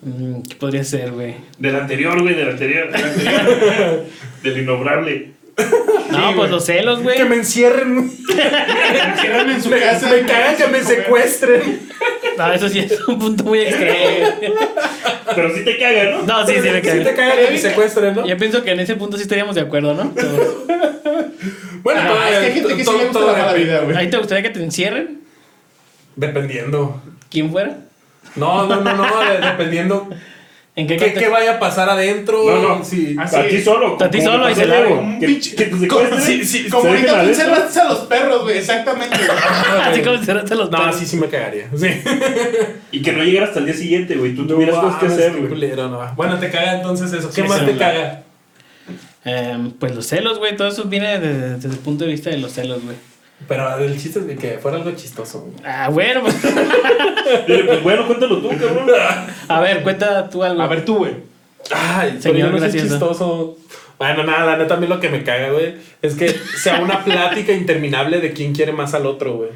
Mm, ¿Qué podría ser, güey?
Del anterior, güey, del anterior. Del, anterior. del innombrable.
No, pues
güey.
los celos,
[laughs]
güey.
Que me encierren.
Encierran en
[laughs]
su
Me,
casa.
me caga que me secuestren.
No, eso sí es un punto
[laughs]
muy extremo.
Pero sí te caga, ¿no?
No, sí, sí me
Sí te
cae.
caga que me secuestren, ¿no?
Yo pienso que en ese punto sí estaríamos de
[laughs]
acuerdo, ¿no? Todos.
Bueno,
Ah,
todavía-
es que hay gente que sí
todo-
le gusta
todo
la mala
dep-
vida, güey.
¿Ahí te gustaría que te encierren?
Dependiendo.
¿Quién fuera?
No, no, no, no, de- dependiendo
¿En qué,
qué, qué vaya a pasar adentro.
No, no.
si-
Ah,
A ti solo.
A ti
como
solo
me
y
pasó
se
luego.
larga. Un
Que-
pinche-
Que te
Como-
secuestren.
sí, sí,
Se
Como
dejen
ahorita tú
adentro.
encerraste a los perros, güey. Exactamente.
[laughs]
güey.
Así como cerraste los
Ah, No,
perros.
sí, sí me cagaría. Sí.
Y que no llegara hasta el día siguiente, güey.
[laughs]
Tú
No
tuvieras cosas
mames,
que hacer,
qué
güey.
culero, no. Bueno, te caga entonces eso. ¿Qué
Sí,
más
sí,
te
no.
caga?
Em, pues los celos, güey. Todo eso viene desde, desde el punto de vista de los celos, güey.
Pero el chiste es de que fuera algo chistoso. güey.
Ah, bueno, pues. [laughs]
Dile, pues bueno, cuéntalo tú, cabrón.
A ver, cuenta tú algo.
A ver, tú, güey.
Ay, pero
Señor
yo no soy
gracioso.
chistoso. Bueno, nada, la neta a mí lo que me caga, güey, es que sea una plática interminable de quién quiere más al otro, güey.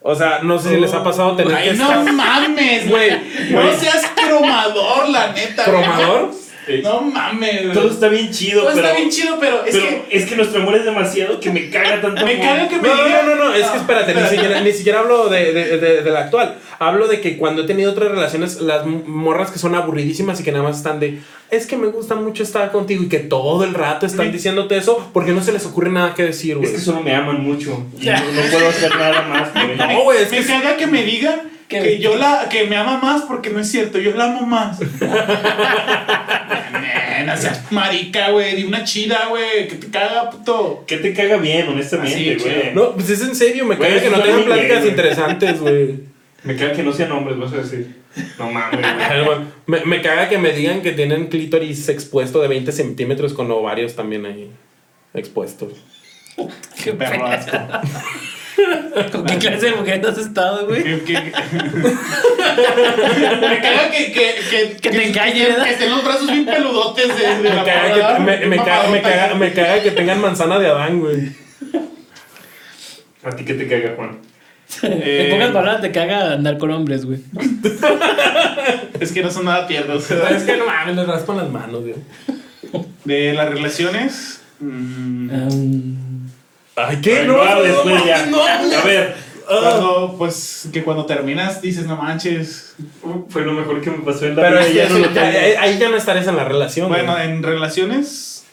O sea, no sé si les ha pasado tener que
Ay, no
estar
mames, güey. No seas cromador, la neta. güey.
cromador.
Eh,
No mames, güey.
Todo está bien chido,
Todo
pero.
Pues está bien chido, pero es
pero
que.
nuestro amor es demasiado que me caga tanto.
Me
amor.
caga que me
No, no,
digan-
no, no, es que espérate, ni siquiera, ni siquiera hablo de, de- de- de la actual. Hablo de que cuando he tenido otras relaciones, las m- morras que son aburridísimas y que nada más están de, es que me gusta mucho estar contigo y que todo el rato están diciéndote eso porque no se les ocurre nada que decir,
Es
güey.
que solo me aman mucho. Y no, no puedo hacer nada más, güey.
No, güey, pues, es que
Me caga que me digan
¿Qué?
que yo la que me ama más porque no es cierto, yo la amo más. Nena, seas marica, güey, de una chida, güey, que te caga, puto.
¿Qué te caga bien, honestamente,
Así,
güey?
No, pues es en serio, me
Güey,
cae que
eso
no
está
tengan
muy bien,
pláticas
güey.
interesantes, güey.
Me caga que no sean hombres, vas a decir. No mames,
Ay,
güey.
bueno, Me, me caga que me digan que tienen clítoris expuesto de 20 centímetros con ovarios también ahí expuestos.
Qué perro asco.
¿Con qué clase de mujer has estado, güey?
Que- que- Me caga que, que, que,
Que te engañe, ¿verdad?
Que estén los brazos bien peludotes de, de
Me
la
caga
morra,
que, me, me caga, me
mamadota.
caga- me caga que tengan manzana de Adán, güey.
¿A ti qué te caga, Juan?
Eh.
En pocas palabras te caga andar con hombres, güey.
Es que no son nada
[laughs]
tiernos.
Es que no mames, le raspan las manos, güey.
De las relaciones. mm,
Em,
Ay,
Ay,
¿qué?
no,
No,
hables,
no,
güey, ya.
no hables.
A ver,
Ah.
Cuando, pues, que cuando terminas dices, no manches.
fue lo mejor que me pasó en la
Pero
vida.
es que
ya no
eso
lo
ya-
tengo.
ahí- ahí ya no estarías en la relación.
Bueno,
güey.
en relaciones,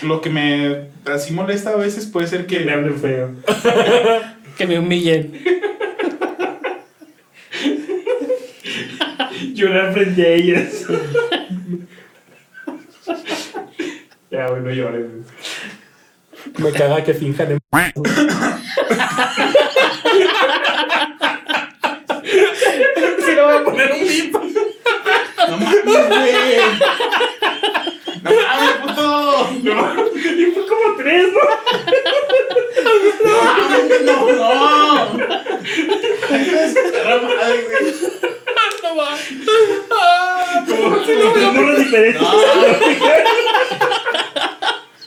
lo que me así molesta a veces puede ser
Que le
que.
hablen feo.
que me humillen. [laughs]
Llorar frente a ellas. ya, güey, no llores. güey.
me caga que finjan en...
Se lo voy a poner un bip.
¡No mames, güey! ¡No mames, puto!
No, y fue como tres, ¿no?
¡No, no! ¡No mames, güey!
Como, como morras diferentes,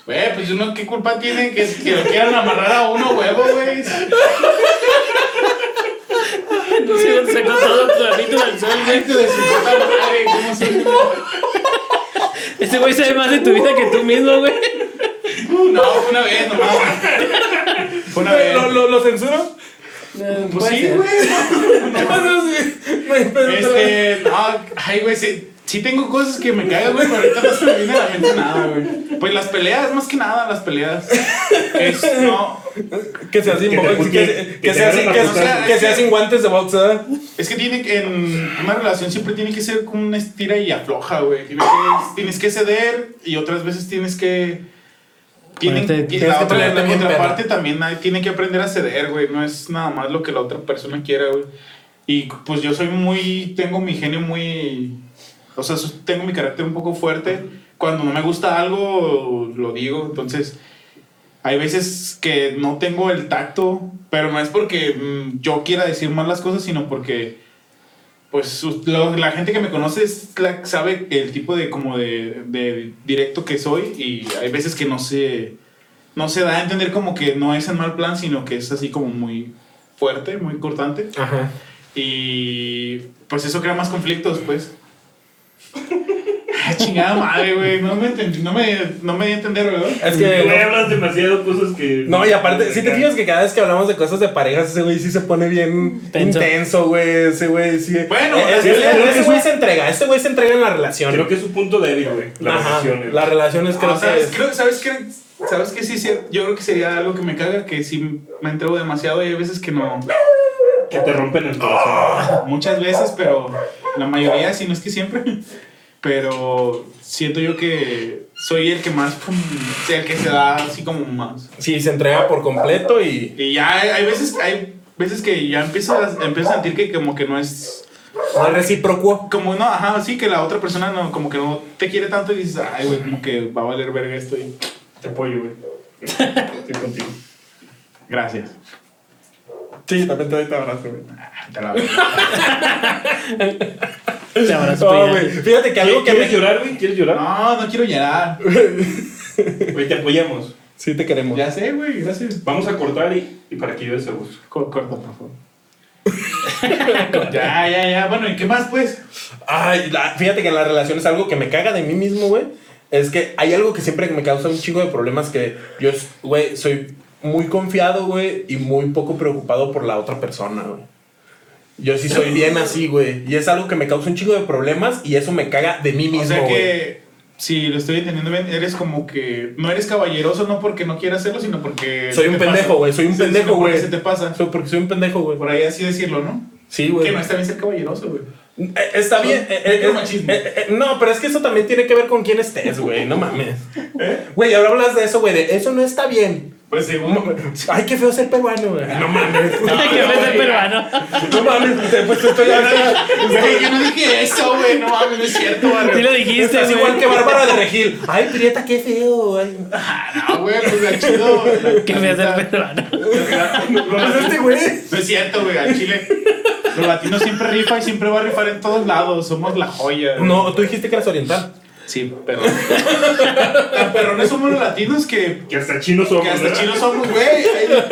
Güey, pues uno, ¿qué culpa tiene que, que lo quieran amarrar a uno huevo, güey?
Se sacó todo el clarito del sol, güey.
Gente de su puta madre, ¿cómo se-
Este güey sabe más de tu vida que tú mismo, güey.
No, fue una vez nomás. Fue una vez.
[laughs] ¿Lo, lo, lo censuro?
Pues sí, güey.
¿Qué pasa si- no hay pedo, pero-
Este, no, ay, güey, sí, sí tengo cosas que me cagan, güey, pero ahorita no se me viene a la mente nada, güey. Pues las peleas, más que nada, las peleas. Es, no,
Que sea sin
Que te
bo-
puteen,
que-
que
que
te
sea sin-
agarren
que-
a
putazos.
que sea sin guantes de boxeo.
es que tiene que, en una relación siempre tiene que ser como una estira y afloja, güey. Tienes que- Tienes que ceder y otras veces tienes que... Tienen,
Ponerte-
y
tienes
la
que
otra,
ponerte
la
bien
contraparte también hay- tiene que aprender a ceder, güey. No es nada más lo que la otra persona quiera, güey. Y pues yo soy muy. Tengo mi genio muy. O sea, so- tengo mi carácter un poco fuerte. Cuando no me gusta algo, lo digo. Entonces, hay veces que no tengo el tacto, pero no es porque mm, yo quiera decir mal las cosas, sino porque. Pues sus- lo- la gente que me conoce es la- sabe el tipo de como de, de directo que soy y hay veces que no se, no se da a entender como que no es en mal plan, sino que es así como muy fuerte, muy cortante.
Ajá.
Y pues eso crea más conflictos, pues. [laughs] Ah, chingada madre, güey. No me entendí, no me, no me di a entender, ¿verdad?
Es
Güey,
que.
hablas demasiado cosas que.
No, y aparte, si te fijas que cada vez que hablamos de cosas de parejas, ese güey sí se pone bien
Tenso.
intenso, güey. Ese güey sí.
Bueno,
Eh,
es
ese-
que-
ese ese güey se entrega, este güey se entrega en la relación.
Creo que es un punto débil, güey. Las
Ajá,
relaciones.
Las relaciones creo
Ah, ¿sabes?
que.
Creo, ¿sabes, qué? ¿Sabes qué? Sí, sí, yo creo que sería algo que me caga, que sí me entrego demasiado y hay veces que no.
Que te rompen el corazón.
Ah,
Muchas veces, pero la mayoría, si no es que siempre. [laughs] Pero siento yo que soy el que más, pum, o sea, el que se da así como más.
Sí, se entrega por completo y.
Y ya hay, hay veces, hay veces que ya empiezo a, empiezo a sentir que como que no es...
No es recíproco.
Como no, ajá, sí, que la otra persona no, como que no te quiere tanto y dices, ay, güey, como que va a valer verga esto y...
Te apoyo, güey. Estoy contigo.
Gracias.
Sí, también te doy este abrazo, güey.
Ah, te la doy.
Te abrazo
No,
para
pues,
güey.
allá.
Fíjate que algo que me.
¿Quieres llorar, güey? ¿Quieres llorar?
No, no quiero llorar.
Güey, te apoyamos.
Sí, te queremos. [laughs]
Ya sé, güey, gracias.
Vamos a cortar y, y para que yo a gusto.
Co- Corta, por favor. ya, ya, ya. Bueno, ¿y qué más, pues?
Ay, la- fíjate que en las relaciones algo que me caga de mí mismo, güey. Es que hay algo que siempre me causa un chingo de problemas que yo, s- güey, soy muy confiado, güey, y muy poco preocupado por la otra persona, güey. Yo sí soy bien así, güey. Y es algo que me causa un chingo de problemas y eso me caga de mí mismo,
o sea
güey.
que, si lo estoy entendiendo bien, eres como que no eres caballeroso, no porque no quieras hacerlo, sino porque.
Soy
se
un
te
pendejo,
pasa.
güey, soy un
Sí, sino
pendejo,
porque
güey.
Se te pasa.
Soy- Porque soy un pendejo, güey.
Por ahí así decirlo, ¿no?
Sí, güey.
Que no está bien ser caballero, güey.
Eh, Está
Son
bien. eh, eh,
micromachismos.
eh, eh, no, pero es que eso también tiene que ver con quién estés, güey. No mames. Güey, ahora hablas de eso, güey. De eso no está bien.
Pues [laughs] según.
Ay, qué feo ser peruano, güey. No mames.
[laughs] Que ves el peruano.
[laughs] No mames. te- Pues estoy hablando.
Güey, yo no dije eso, güey. No mames, no es cierto,
Sí
güey.
lo dijiste,
Estás
güey.
igual que Bárbara de Regil. Ay, Prieta, qué feo. Ay.
Ah, güey, pues la chido. la-
Que
la
ves
neta.
el peruano.
Pues este güey.
No es cierto, güey, al chile. Los latinos siempre rifa y siempre va a rifar en todos lados. Somos la joya. güey.
No, tú dijiste que eras oriental.
Sí, pero. Tan perrones somos los latinos que.
Que hasta chinos somos.
Que hasta
¿verdad?
chinos somos, güey. Ay,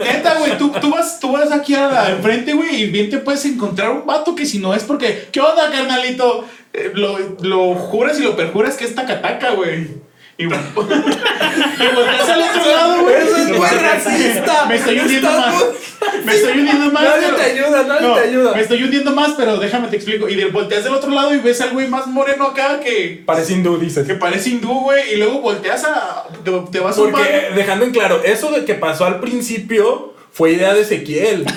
Neta, güey, tú, tú, vas, tú vas aquí a la enfrente, güey, y bien te puedes encontrar un vato que si no es porque. ¿Qué onda, carnalito? Eh, lo, lo juras y lo perjuras que es tacataca, güey. Y, [laughs] bueno, y volteas al otro lado, Ah, güey.
Eso es
No,
muy
no,
racista.
[laughs] Me estoy hundiendo
Estás
más. Me estoy hundiendo más.
Nadie
pero-
te ayuda, nadie
no,
te ayuda.
Me estoy hundiendo más, pero déjame te explico. Y de- volteas del otro lado y ves al güey más moreno acá que.
Parece hindú,
Que
dices.
parece hindú, güey. Y luego volteas a. Te, te vas a un
Porque,
bar.
dejando en claro, eso de que pasó al principio fue idea de Ezequiel.
Te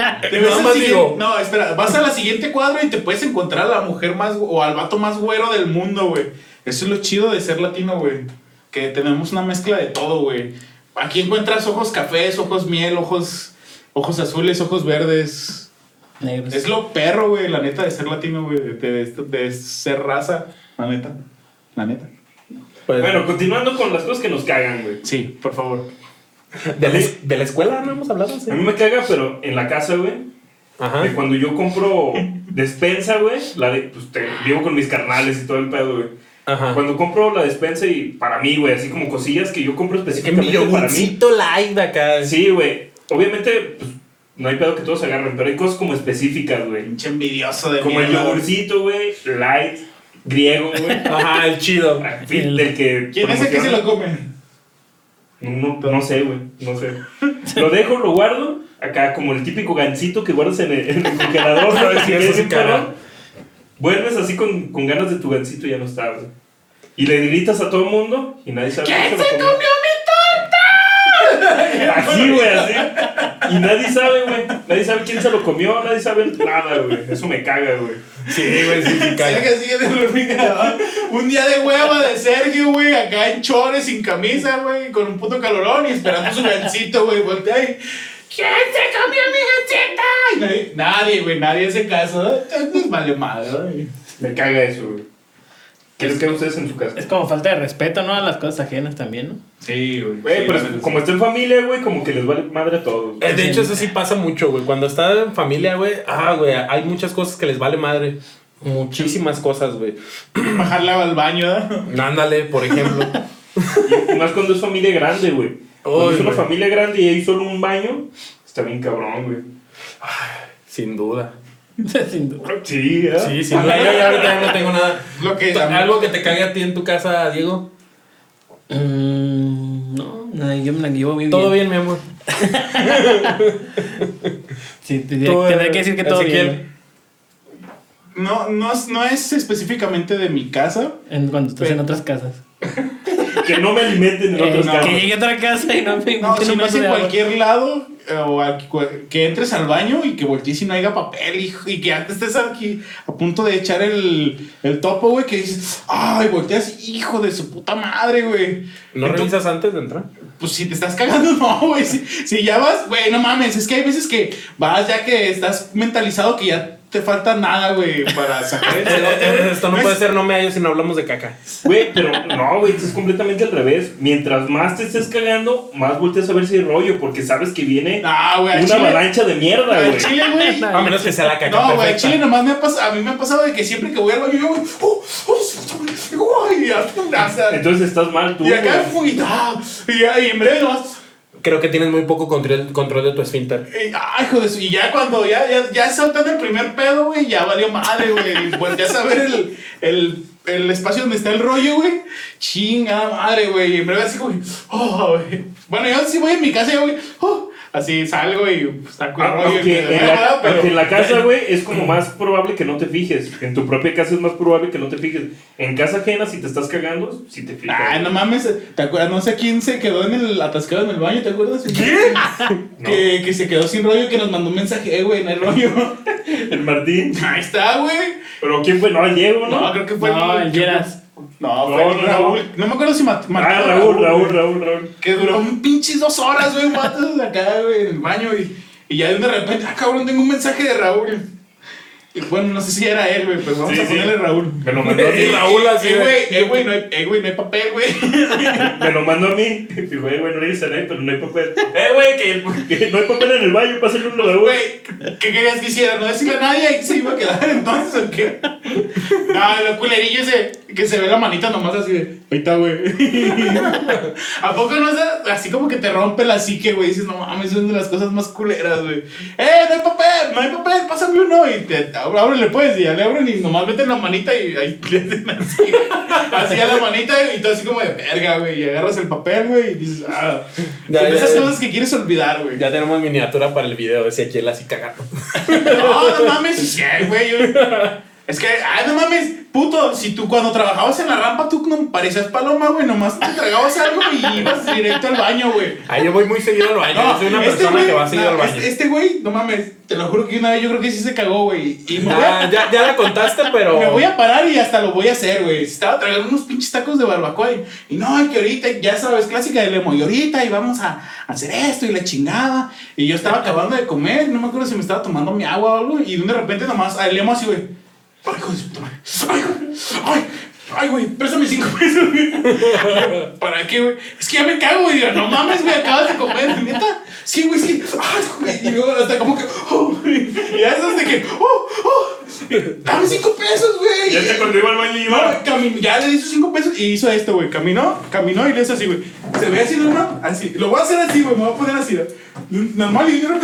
nada
ves al
más
siguiente-
digo.
No, espera. Vas a la siguiente cuadra y te puedes encontrar a la mujer más. O al vato más güero del mundo, güey. Eso es lo chido de ser latino, güey. Que tenemos una mezcla de todo, güey. Aquí encuentras ojos cafés, ojos miel, ojos. Ojos azules, ojos verdes.
Negros.
Es lo perro, güey, la neta, de ser latino, güey, de, de- de ser raza, la neta. La neta.
Pues,
Bueno, continuando con las cosas que nos cagan, güey.
Sí, por favor.
de la, de la escuela no hemos hablado, sí.
A mí me caga, pero en la casa, güey.
Ajá.
Que cuando yo compro despensa, güey, la de, pues te, vivo con mis carnales y todo el pedo, güey.
Ajá.
Cuando compro la despensa y para mí, güey, así como cosillas que yo compro
Que mi
específicamente para mí.
yogurcito light acá.
Sí, güey. Obviamente, pues, no hay pedo que todos agarren, pero hay cosas como específicas, güey.
Pinche envidioso de
Como el
mierda.
yogurcito, güey, light, griego, güey.
Ajá, el chido.
Ah, sí, del que
¿Quién es el que se
promociona.
lo come?
No, no sé, güey. No sé. Lo dejo, lo guardo. Acá, como el típico gancito que guardas en el, en el congelador. ¿sabes?
Sí,
Si
eso
quieres
sí,
un perro,
cara.
Vuelves así con, con ganas de tu gancito y ya no está, güey. Y le gritas a todo el mundo y nadie sabe. ¿Quién se comió mi torta? [laughs] Así, güey, así. Y nadie sabe, güey. Nadie sabe quién se lo comió, nadie sabe nada, güey. Eso me caga, güey.
Sí, güey, sí, sí, cae.
Sergio sigue en [laughs] el refrigerador. Un día de hueva de Sergio, güey, acá en chores, sin camisa, güey, con un puto calorón y esperando su gancito, güey. Voltea y. ¿Quién se comió mi gancita? Y nadie- Nadie, güey, nadie hace caso. Entonces vale madre, güey.
Me caga eso, güey. ¿Qué les queda a ustedes en su casa?
Es como falta de respeto, ¿no? A las cosas ajenas también, ¿no? [laughs]
Sí, güey.
Güey,
Sí,
pero
la neta,
como está en familia, güey, como que les vale madre a todos. güey.
Eh, De hecho, eso sí pasa mucho, güey. Cuando están en familia, güey, ah, güey, hay muchas cosas que les vale madre. Muchísimas cosas, güey.
sí. Bajarla al baño, ¿no?
Ándale, por ejemplo.
Y más cuando es familia grande, güey. Cuando
Uy,
es una
güey.
familia grande y hay solo un baño, está bien cabrón, güey.
[laughs] Sin duda.
Sin duda.
Sí, ¿eh?
Sí, sin duda. Yo ya ahorita ya no tengo nada.
Lo que también.
¿Algo que te cague a ti en tu casa, Diego?
Mm, no, nada, yo me la llevo muy bien.
Todo bien, mi amor.
Sí, tendría, tendría que decir que todo bien.
No, no, es- no es específicamente de mi casa.
En, cuando estás en
Pero-
otras casas.
Que no me alimenten en
Eh,
otros
que
casos.
llegue a otra casa y no me
No,
tiene
si
un
no es
vaso
en
de agua.
cualquier lado, eh, o aquí, cua- que entres al baño y que voltees y no haya papel, hijo, y que antes estés aquí a punto de echar el, el topo, güey, que dices, ay, volteas, hijo de su puta madre, güey.
¿No
Entonces,
revisas antes de entrar?
Pues si te estás cagando, [laughs] no, güey. Si, si ya vas, güey, no mames, es que hay veces que vas ya que estás mentalizado que ya te falta nada, güey, para sacar
[laughs]
el cerote,
Eh, Esto no
güey.
puede ser, no me hallo si no hablamos de caca.
Güey, pero no, güey, esto es completamente al revés. Mientras más te estés cagando, más volteas a ver si hay rollo, porque sabes que viene
Ah, güey, al
una
chile,
avalancha de mierda,
al
güey.
chile, güey.
A menos que sea la
[laughs]
caca
No, güey,
perfecta.
Chile nomás me ha pasado, a mí me ha pasado de que siempre que voy al baño, yo, güey, oh, oh, sí, güey, y hasta-
Entonces estás mal tú,
y acá
güey.
fui, ah, y, ya, y en breve nomás,
Creo que tienes muy poco control, control de tu esfínter.
y, ah, hijo de su, y ya cuando, ya, ya, ya saltando el primer pedo, güey, ya valió madre, güey, pues ya saber el, el, el espacio donde está el rollo, güey, chinga madre, güey, y en breve así, güey, oh, güey, bueno, yo sí voy en mi casa, yo, güey, oh, así salgo y pues, saco el
Ah,
rollo, y
Aunque
me-
en, la,
pero-
aunque en la
[laughs]
casa, güey, es como más probable que no te fijes. En tu propia casa es más probable que no te fijes. En casa ajena, si te estás cagando, si te fijas.
Ah, no mames, ¿te acuerdas? No sé quién se quedó en el atascado en el baño, ¿te acuerdas? ¿Qué? [laughs] que, que se quedó sin rollo, que nos mandó un mensaje, eh, güey, no hay rollo.
El Martín.
[laughs] Ahí está, güey.
Pero ¿quién fue? No, el Diego, ¿no?
No, creo que fue
No, el Geras.
No,
No,
fue
no,
el Raúl. No me acuerdo si mató.
Ah, Raúl, Raúl, Raúl, Raúl.
Que duró un pinches dos horas, güey, matas acá, güey, en el baño. Y, y ya de repente, ah, cabrón, tengo un mensaje de Raúl. Y bueno, no sé si era él, güey, pero vamos
Sí,
a
sí.
ponerle Raúl.
Me lo
[laughs]
mandó a [laughs] mí.
Raúl
Eh, güey, eh, güey, no hay, eh, güey, no hay papel, güey.
Me lo mandó a mí. Dijo, güey, güey, no le dicen ahí, pero no hay papel. Eh, güey, que, el- [laughs] que no hay papel en el baño, pásale uno de güey.
Güey, ¿qué querías que hiciera? ¿No decirle a nadie ahí se iba a quedar entonces o qué? No, lo culerillo ese que se ve la manita nomás así de, ahorita, güey. [laughs] ¿A poco no es así como que te rompe la psique, güey? Dices, no mames, es una de las cosas más culeras, güey. ¡Eh, no hay papel! ¡No hay papel! ¡Pásame uno! Y te, ábrele pues, y ya le abren y nomás meten la manita y ahí [laughs] le hacen así, güey. Así a la manita y tú así como de verga, güey. Y agarras el papel, güey, y dices, ah.
Ya,
Son
ya,
esas
ya.
cosas que quieres olvidar, güey.
Ya tenemos miniatura para el video, ese aquí el así [laughs] cagando.
No, no mames, sí, güey. yo- Es que, ay, no mames, puto, si tú cuando trabajabas en la rampa, tú no parecías paloma, güey, nomás te tragabas algo y ibas directo al baño, güey.
Ah, yo voy muy seguido al baño.
No,
yo soy una
este
persona
güey,
que va seguido
no,
al baño.
este- Este güey, no mames, te lo juro que una vez yo creo que sí se cagó, güey. Y me voy,
Ah,
a,
ya, ya la contaste, pero.
me voy a parar y hasta lo voy a hacer, güey. Estaba tragando unos pinches tacos de barbacoa y, y no, y que ahorita, ya sabes, clásica de Lemo, y ahorita y vamos a, a hacer esto y la chingada. Y yo estaba acabando de comer, no me acuerdo si me estaba tomando mi agua o algo, y de repente nomás a Lemo así, güey. Ay, hijo de su puta madre. Ay, güey. Ay, ay, güey, préstame cinco pesos, güey. ¿Para qué, güey? Es que ya me cago, güey. Digo, no mames, güey, acabas de comer, neta. Sí, güey, es que. Ay, güey. Y luego hasta como que. oh, güey. Y ya es de que. Oh, oh. Dame cinco pesos, güey.
Ya te cuando iba al baño y
No,
iba.
cami- ya le di sus 5 pesos y hizo esto, güey. Caminó, caminó y le hizo así, güey. Se ve así, ¿no? Así. Lo voy a hacer así, güey. Me voy a poner así. Normal y yo no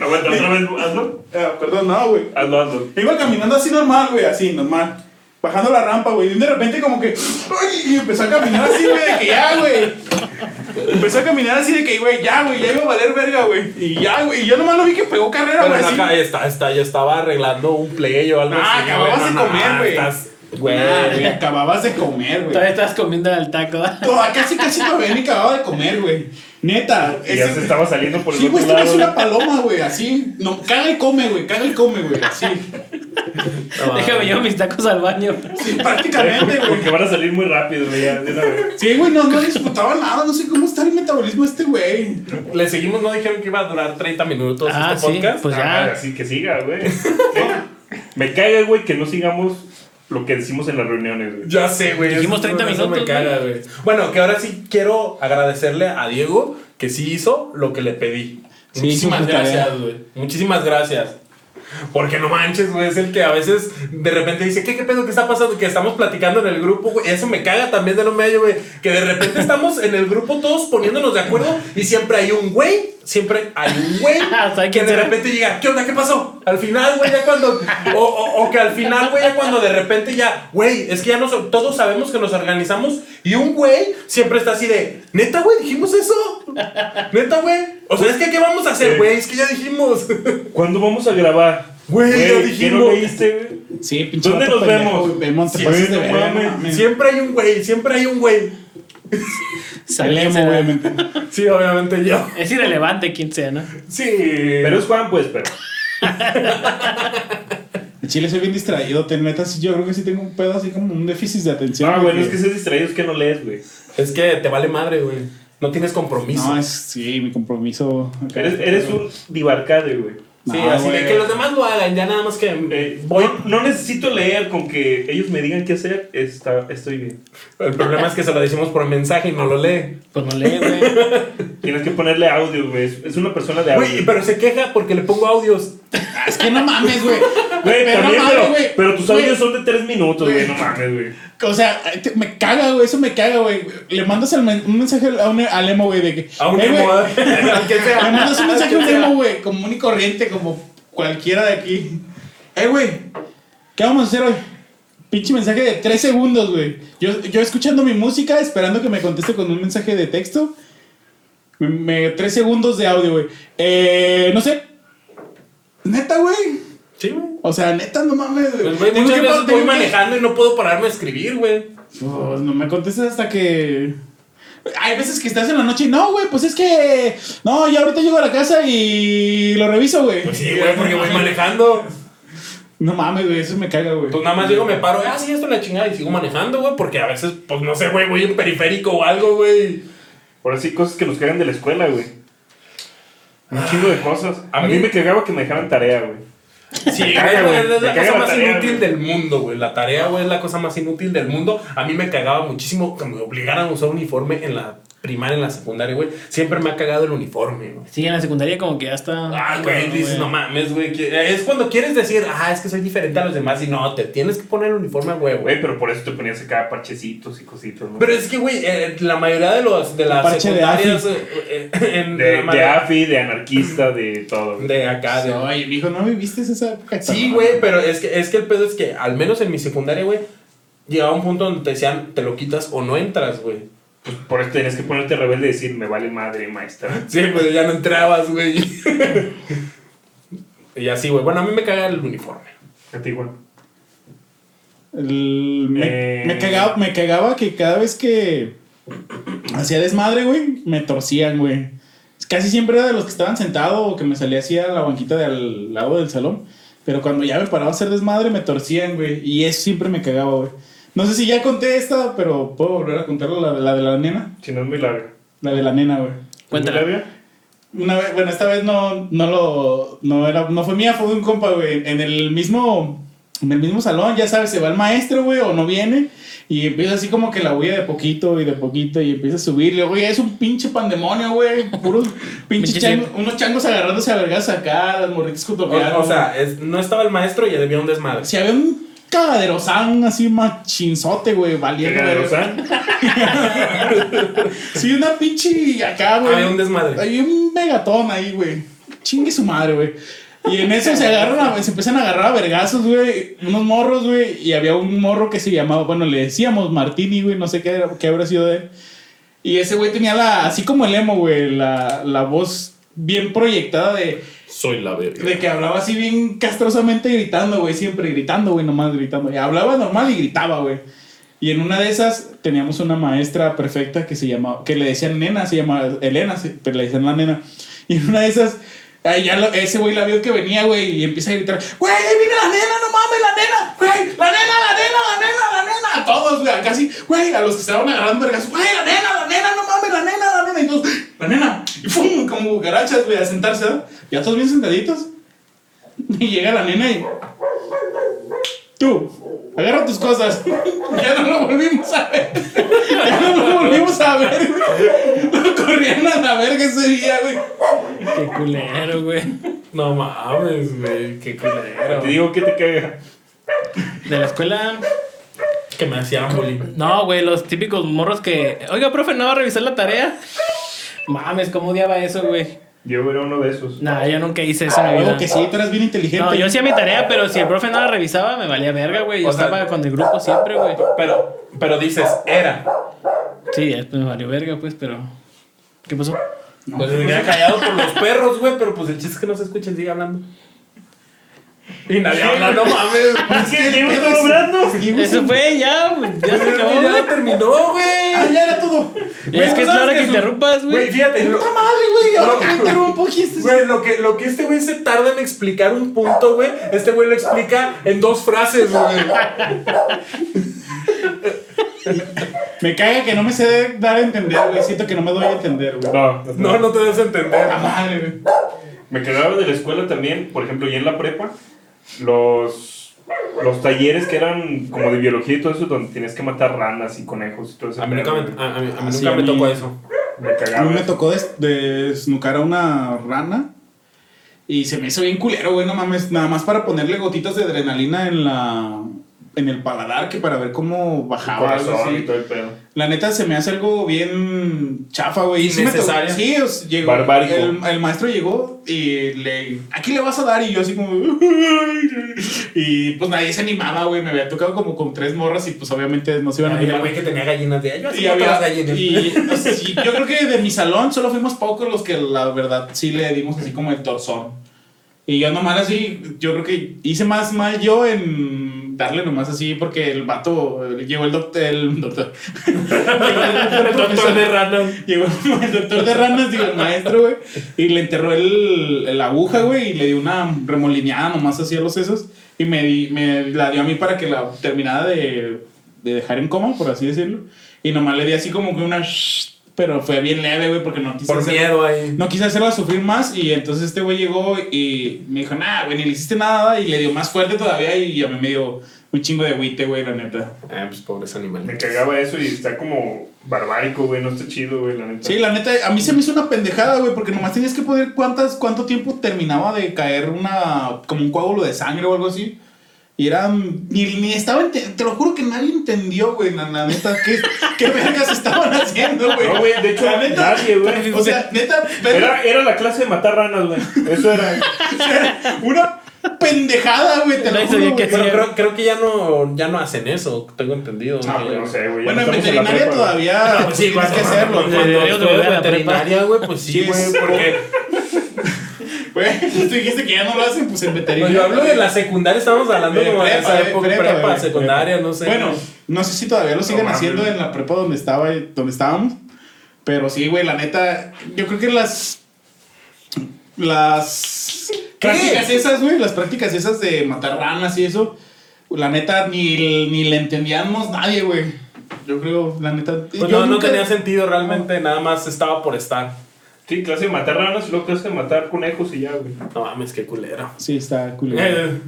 Aguanta, Ah, otra vez, hazlo.
[laughs] Ah, Perdón, no, güey.
Hazlo, hazlo.
Iba caminando así normal, güey. Así, normal. Bajando la rampa, güey. Y de repente como que... ¡Ay! Y empezó a caminar así, güey. De que ya, güey. Empezó a caminar así de que, güey, ya, güey. Ya iba a valer verga, güey. Y ya, güey. Y yo nomás lo vi que pegó carrera,
Pero
güey.
no,
así.
acá ya está, está, ya estaba arreglando un pleyo o algo
Ah,
así.
acababas
güey. Ah.
de
No, no,
comer, güey.
estás- Güey.
Nah, güey, acababas de comer, güey.
Todavía estás comiendo el taco.
Toda, casi, casi todavía ni acababa de comer, güey. Neta.
Y ya
ese-
se estaba saliendo por el
Sí,
otro
güey, este güey
lado.
es
[laughs]
una
güey.
paloma, güey, así. No, caga y come, güey, caga y come, güey, así.
No,
[laughs] Déjame llevar mis tacos al baño.
Sí, prácticamente,
Porque
güey.
van a salir muy rápido, güey. ya, de una vez.
Sí, güey, no, no disputaba nada, no sé cómo está el metabolismo de este güey.
Le seguimos, no dijeron que iba a durar 30 minutos
Ah,
este
sí,
podcast.
pues
Ah,
ya.
Así que siga, [laughs] güey. Me caga, güey, que no sigamos lo que decimos en las reuniones, güey.
Ya sé, güey.
Dijimos
eso-
30
eso Me
minutos,
caga, güey. Bueno, que ahora sí quiero agradecerle a Diego que sí hizo lo que le pedí.
Sí,
Muchísimas
hizo su tarea.
gracias, güey. Muchísimas gracias. Porque no manches, güey, es el que a veces de repente dice, ¿qué, qué pedo que está pasando? Que estamos platicando en el grupo, güey. Eso me caga también de no medio, güey. Que de repente estamos en el grupo todos poniéndonos de acuerdo y siempre hay un güey, siempre hay un
[laughs]
güey
Ah, ¿sabe
que
quién
de
será?
repente llega, ¿qué onda? ¿Qué pasó? Al final, güey, ya cuando. O, o- o que al final, güey, ya cuando de repente ya, güey, es que ya nos, todos sabemos que nos organizamos y un güey siempre está así de, neta, güey, dijimos eso. Neta, güey. O sea, es que ¿qué vamos a hacer, güey? Es que ya dijimos.
¿Cuándo vamos a grabar?
Güey, ya
¿qué no
dijimos.
leíste, güey?
Sí, pinche.
¿Dónde
vato
nos
pendejo.
vemos?
Güey, Belmont, te
Sí,
pasas de
no
verga,
mames.
no mames.
Siempre hay un güey, siempre hay un güey.
Salimos,
Lemo, obviamente.
Sí, obviamente yo.
Es irrelevante quién sea, ¿no?
Sí.
Pero es Juan, pues, pero.
En Chile soy bien distraído, te neta, sí, yo creo que sí tengo un pedo así como un déficit de atención.
Ah,
güey,
bueno, es que seas distraído, es que no lees, güey.
Es que te vale madre, güey. No tienes compromiso.
No, es, sí, mi compromiso. acá.
Eres, eres un divarcade, güey.
sí,
No,
así
güey.
de que los demás lo hagan, ya nada más que eh,
Eh,
voy.
no, no necesito leer con que ellos me digan qué hacer, está, estoy bien.
El problema es que se lo decimos por mensaje y no lo lee.
Pues no lee, güey.
Tienes que ponerle audio, güey. Es es una persona de audio.
Güey, pero se queja porque le pongo audios.
Ah, es que no mames, güey.
Güey,
Pero no
también,
mames,
pero,
güey.
pero tus
Güey.
audios son de tres minutos, güey.
Güey.
No mames, güey.
O sea, eh, te- me caga, güey, eso me caga, güey. Le mandas el men- un mensaje a un a Lemo, güey, de que.
A un
"Eh, güey,
emo, [laughs] al que sea.
Le mandas un mensaje a un
Al que sea.
emo, güey, común y corriente, como cualquiera de aquí. Eh, güey, ¿qué vamos a hacer hoy? Pinche mensaje de tres segundos, güey. Yo, yo escuchando mi música, esperando que me conteste con un mensaje de texto. Me- Me, tres segundos de audio, güey. Eh, no sé. Neta, güey.
Sí, güey.
O sea, neta, no mames, güey.
Pues, güey,
Tengo
muchas
que-
veces
tengo
voy
que-
manejando y no puedo pararme a escribir, güey.
Pues no me contestes hasta que. Hay veces que estás en la noche y no, güey, pues es que. No, ya ahorita llego a la casa y lo reviso, güey.
Pues Sí, güey, porque voy manejando.
No mames, güey, eso me caga, güey.
Pues nada más llego, me paro, ah, sí, esto es la chingada y sigo manejando, güey, porque a veces, pues no sé, güey, voy en periférico o algo, güey.
Ahora sí, cosas que nos cagan de la escuela, güey. Un chingo de cosas. A mí,
mí-
me cagaba que me dejaran tarea, güey.
Sí, güey,
caga, güey,
es
me
la
caga
cosa
la
más
tarea,
inútil
güey.
del mundo, güey. La tarea, güey, es la cosa más inútil del mundo. A mí me cagaba muchísimo que me obligaran a usar uniforme en la primaria, en la secundaria, güey. Siempre me ha cagado el uniforme, güey.
Sí, en la secundaria como que ya está.
Ah, güey, dices, no mames, güey. que- Es cuando quieres decir, ah, es que soy diferente a los demás y no, te tienes que poner el uniforme, güey, güey.
Güey, pero por eso te ponías acá parchecitos y cositas, ¿no?
Pero es que, güey, eh, la mayoría de los de las
Parche de
secundarias eh, [laughs] eh, en
de,
la
de
mayoría-
AFI, de anarquista, de todo. güey.
de acá, de,
Oye, mijo, ¿no viviste esa época?
Sí, güey, pero es que, es que el pedo es que, al menos en mi secundaria, güey, llegaba un punto donde te decían, te lo quitas o no entras, güey.
Pues por eso tenías que ponerte rebelde y decir, me vale madre, maestra. [laughs]
Sí, pues ya no entrabas, güey. [laughs] y así, güey. Bueno, a mí me caga el uniforme.
A ti, güey.
El- me,
Eh.
me cagaba, me cagaba que cada vez que hacía desmadre, güey, me torcían, güey. Casi siempre era de los que estaban sentados o que me salía así a la banquita de al lado del salón. Pero cuando ya me paraba a hacer desmadre, me torcían, güey. Y eso siempre me cagaba, güey. No sé si ya conté esta, pero puedo volver a contarlo, la, la de la nena.
Si no es muy larga.
La de la nena, güey.
Cuéntala.
¿Es muy larga?
Una vez, bueno, esta vez no, no lo. No, era, no fue mía, fue de un compa, güey. En el mismo en el mismo salón, ya sabes, se va el maestro, güey, o no viene, y empieza así como que la huye de poquito y de poquito, y empieza a subirle, güey, es un pinche pandemonio, güey, puros pinches
Pinche
changos, unos changos agarrándose a vergas acá, las morritas cotorreando.
O, o sea, es- no estaba el maestro y había un desmadre.
si había un cagaderozán así machinzote, güey, valiendo. verga. Sí, una pinche acá, güey.
Había Ah, un desmadre.
Hay un megatón ahí, güey. Chingue su madre, güey. Y en eso se agarran, a- se empiezan a agarrar a vergazos, güey. Unos morros, güey. Y había un morro que se llamaba, bueno, le decíamos Martini, güey. No sé qué, era- qué habrá sido de él. Y ese güey tenía la, así como el emo, güey, la, la voz bien proyectada de,
Soy la verga.
de que hablaba así bien castrosamente gritando, güey, siempre gritando, güey, nomás gritando. Y hablaba normal y gritaba, güey. Y en una de esas teníamos una maestra perfecta que se llamaba, que le decían nena, se llamaba Elena, se- pero le decían la nena. Y en una de esas, ahí ya lo- ese güey la vio que venía, güey, y empieza a gritar, güey, ahí viene la nena, no mames, la nena, güey, la nena, la nena, la nena, la nena, a todos, güey, casi, güey, a los que estaban agarrando vergas, güey, la nena, la nena, no mames, la nena, la nena, y todos, la nena, y pum, como cucarachas, güey, a sentarse, ¿verdad? ya todos bien sentaditos. [laughs] Y llega la nena y. Tú, agarra tus cosas. ya no lo volvimos a ver. ya no lo volvimos a ver. Lo corrían a la verga ese día, güey.
Qué culero, güey.
No mames, güey, qué culero.
Te digo que te caga.
De la escuela.
Que me hacían bullying.
No, güey, los típicos morros que. Oiga, profe, no va a revisar la tarea. Mames, cómo odiaba eso, güey.
Yo era uno de esos.
Nah, yo nunca hice eso en mi vida.
Luego Ah, que sí, tú eras bien inteligente.
No, yo hacía mi tarea, pero si el profe no la revisaba, me valía verga, güey. Yo
O sea-
estaba con el grupo siempre, güey.
Pero, pero dices, era.
Sí, ya, pues, me valió verga, pues, pero. ¿Qué pasó?
Pues se queda callado por los perros, güey, pero pues el chiste es que no se escuchen, sigue hablando. Y nadie habla, no mames.
¿Es que yo me estoy hablando?
Eso fue, ya, güey, ya
[laughs]
se acabó,
Ya
güey.
terminó, güey.
Ah, ya era todo.
Güey,
Es que
¿tú
es la
sabes
hora que
su-
interrumpas, güey.
Güey, fíjate. lo-
Puta madre, güey. Ahora que me
No.
interrumpo, dijiste.
Güey, lo que, lo que este güey se tarda en explicar un punto, güey, este güey lo explica en dos frases, güey.
Me caga que no me sé dar a entender, güey. Siento que no me doy a entender, güey.
No,
No, no te des a entender.
Puta madre, güey.
Me quedaba de la escuela también, por ejemplo, ya en la prepa, los, los talleres que eran como de biología y todo eso, donde tenías que matar ranas y conejos y todo eso.
A mí nunca me, a, a mí, a mí
Así
nunca
a
me
mí-
tocó eso.
Me
A
cagaba.
mí me tocó des- desnucar a una rana y se me hizo bien culero, güey, no mames, nada más para ponerle gotitas de adrenalina en la en el paladar que para ver cómo
El
bajaba algo
corazón
así.
y todo el pedo.
La neta se me hace algo bien chafa, güey. Y sí me tocó-
Innecesario.
Sí, o sea, llegó
Barbárico.
el, el maestro llegó y le aquí le vas a dar y yo así como y pues nadie se animaba, güey, me había tocado como con tres morras y pues obviamente no se iban a
Había
animar.
güey que tenía gallinas de ellos.
Y había- y, no sé, sí, yo creo que de mi salón solo fuimos pocos los que la verdad sí le dimos así como el torzón. Y yo nomás así, yo creo que hice más mal yo en darle nomás así porque el vato eh, llegó el doctor, el doctor. [laughs]
Doctor de random.
Llegó el [laughs] doctor de ranas, digo, el maestro, güey. Y le enterró el, la aguja, güey. Y le dio una remolineada nomás así a los sesos. Y me, di- me la dio a mí para que la terminara de, de dejar en coma, por así decirlo. Y nomás le di así como que una... shh, Pero fue bien leve, güey, porque no quise...
Por
hacer-
miedo ahí.
No quise hacerla sufrir más y entonces este güey llegó y me dijo, nah, güey, ni le hiciste nada y le dio más fuerte todavía y a mí me dio un chingo de agüite, güey, la neta.
Eh, pues pobres
Me
animales.
cagaba eso y está como barbárico, güey. No está chido, güey, la neta.
Sí, la neta, a mí se me hizo una pendejada, güey, porque nomás tenías que poder cuántas, cuánto tiempo terminaba de caer una, como un coágulo de sangre o algo así. Y eran, ni, ni estaban, te, te lo juro que nadie entendió, güey, la, la neta, qué, [laughs] qué vergas estaban haciendo, güey.
No, güey, de hecho,
La neta,
nadie, güey.
[laughs] O sea, neta, pero
Era, era la clase de matar ranas, güey.
[laughs]
Eso era.
una pendejada, güey, te lo
Nadie
juro,
sabía
güey.
qué
Pero
Sí.
creo, creo que ya no, ya no hacen eso, tengo entendido. Eh,
Ah,
Que
pues
ya-
no sé, güey. ya
Bueno, en
no estamos la
veterinaria
prepa, güey. [laughs]
todavía
Ah, pues sí,
tienes
cuando-
que hacerlo.
Cuando
Deberíamos de volver a la prepa.
veterinaria, güey, pues sí,
Sí,
güey.
sí.
Porque
[laughs] Güey, tú dijiste que ya no lo hacen, pues en
pues,
veterinaria.
yo hablo de la secundaria, estamos hablando
De
como de
prepa,
esa
de
época,
prepa,
prepa,
güey,
secundaria,
prepa.
no sé.
Bueno, no sé si todavía lo siguen
mames.
haciendo en la prepa donde estaba, donde estábamos. Pero sí, güey, la neta, yo creo que las. Las prácticas esas, güey, las prácticas esas de matar ranas y eso, la neta ni, ni le entendíamos nadie, güey. Yo creo, la neta.
Pues no,
yo
no
nunca-
tenía sentido realmente, nada más estaba por estar.
Sí, clase de matar ranas y luego
[laughs]
clase de matar conejos y ya, güey.
No mames, qué culero.
Sí, está cool.
Eh,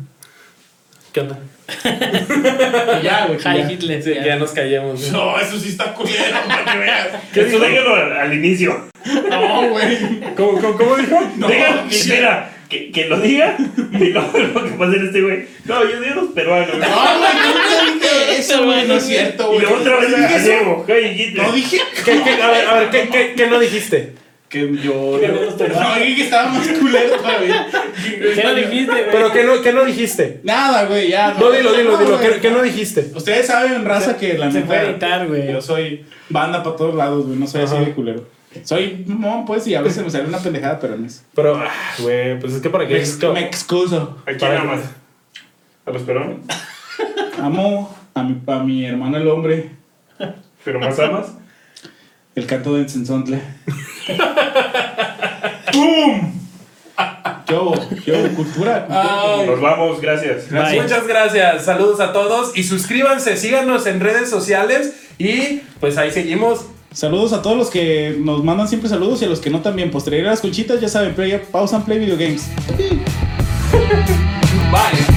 ¿Qué onda?
Y ya, güey.
Ya.
Hi Hitler.
Sí,
ya.
ya nos callamos. güey.
No, eso sí está culero, para que veas.
Que eso déjalo al, al inicio.
No, güey.
¿Cómo, cómo, cómo dijo?
No,
Deja-
sí.
espera, que, que lo diga y luego [laughs] lo que pasa en este güey. No, yo digo los peruanos. güey.
No, güey, nunca dije eso, güey. No
[laughs]
es cierto,
Y
güey.
luego otra vez
Nunca
dije
dije
gallego.
eso.
gallego.
No dije
¿Qué, qué, a ver, a ver, ¿qué, qué, qué no dijiste?
que yo. No, dije que estaba más culero todavía.
¿Qué no dijiste, güey?
¿Pero qué no, qué no dijiste?
Nada, güey, ya.
No, dilo, dilo, dilo.
güey.
¿Qué, qué no dijiste?
Ustedes saben, raza, que la
se
neta-
puede editar, güey.
Yo soy banda para todos lados, güey. No soy así
Ajá.
de culero. Soy mon, pues, y a veces me sale una pendejada, pero no es.
Pero, ah, güey, pues es que para qué.
Me, ex- me excuso.
¿A quién amas? ¿A los peruanos?
Amo a mi, a mi hermano el hombre,
¿Pero más amas?
el canto
[laughs]
de Ensensontle. ¡Pum! Yo, yo, cultura.
Ah.
Nos vamos, gracias.
Bye.
Muchas gracias, saludos a todos y suscríbanse, síganos en redes sociales y pues ahí seguimos.
Saludos a todos los que nos mandan siempre saludos y a los que no también. Posterior a las conchitas, ya saben, play, pausan, play videogames.
Bye.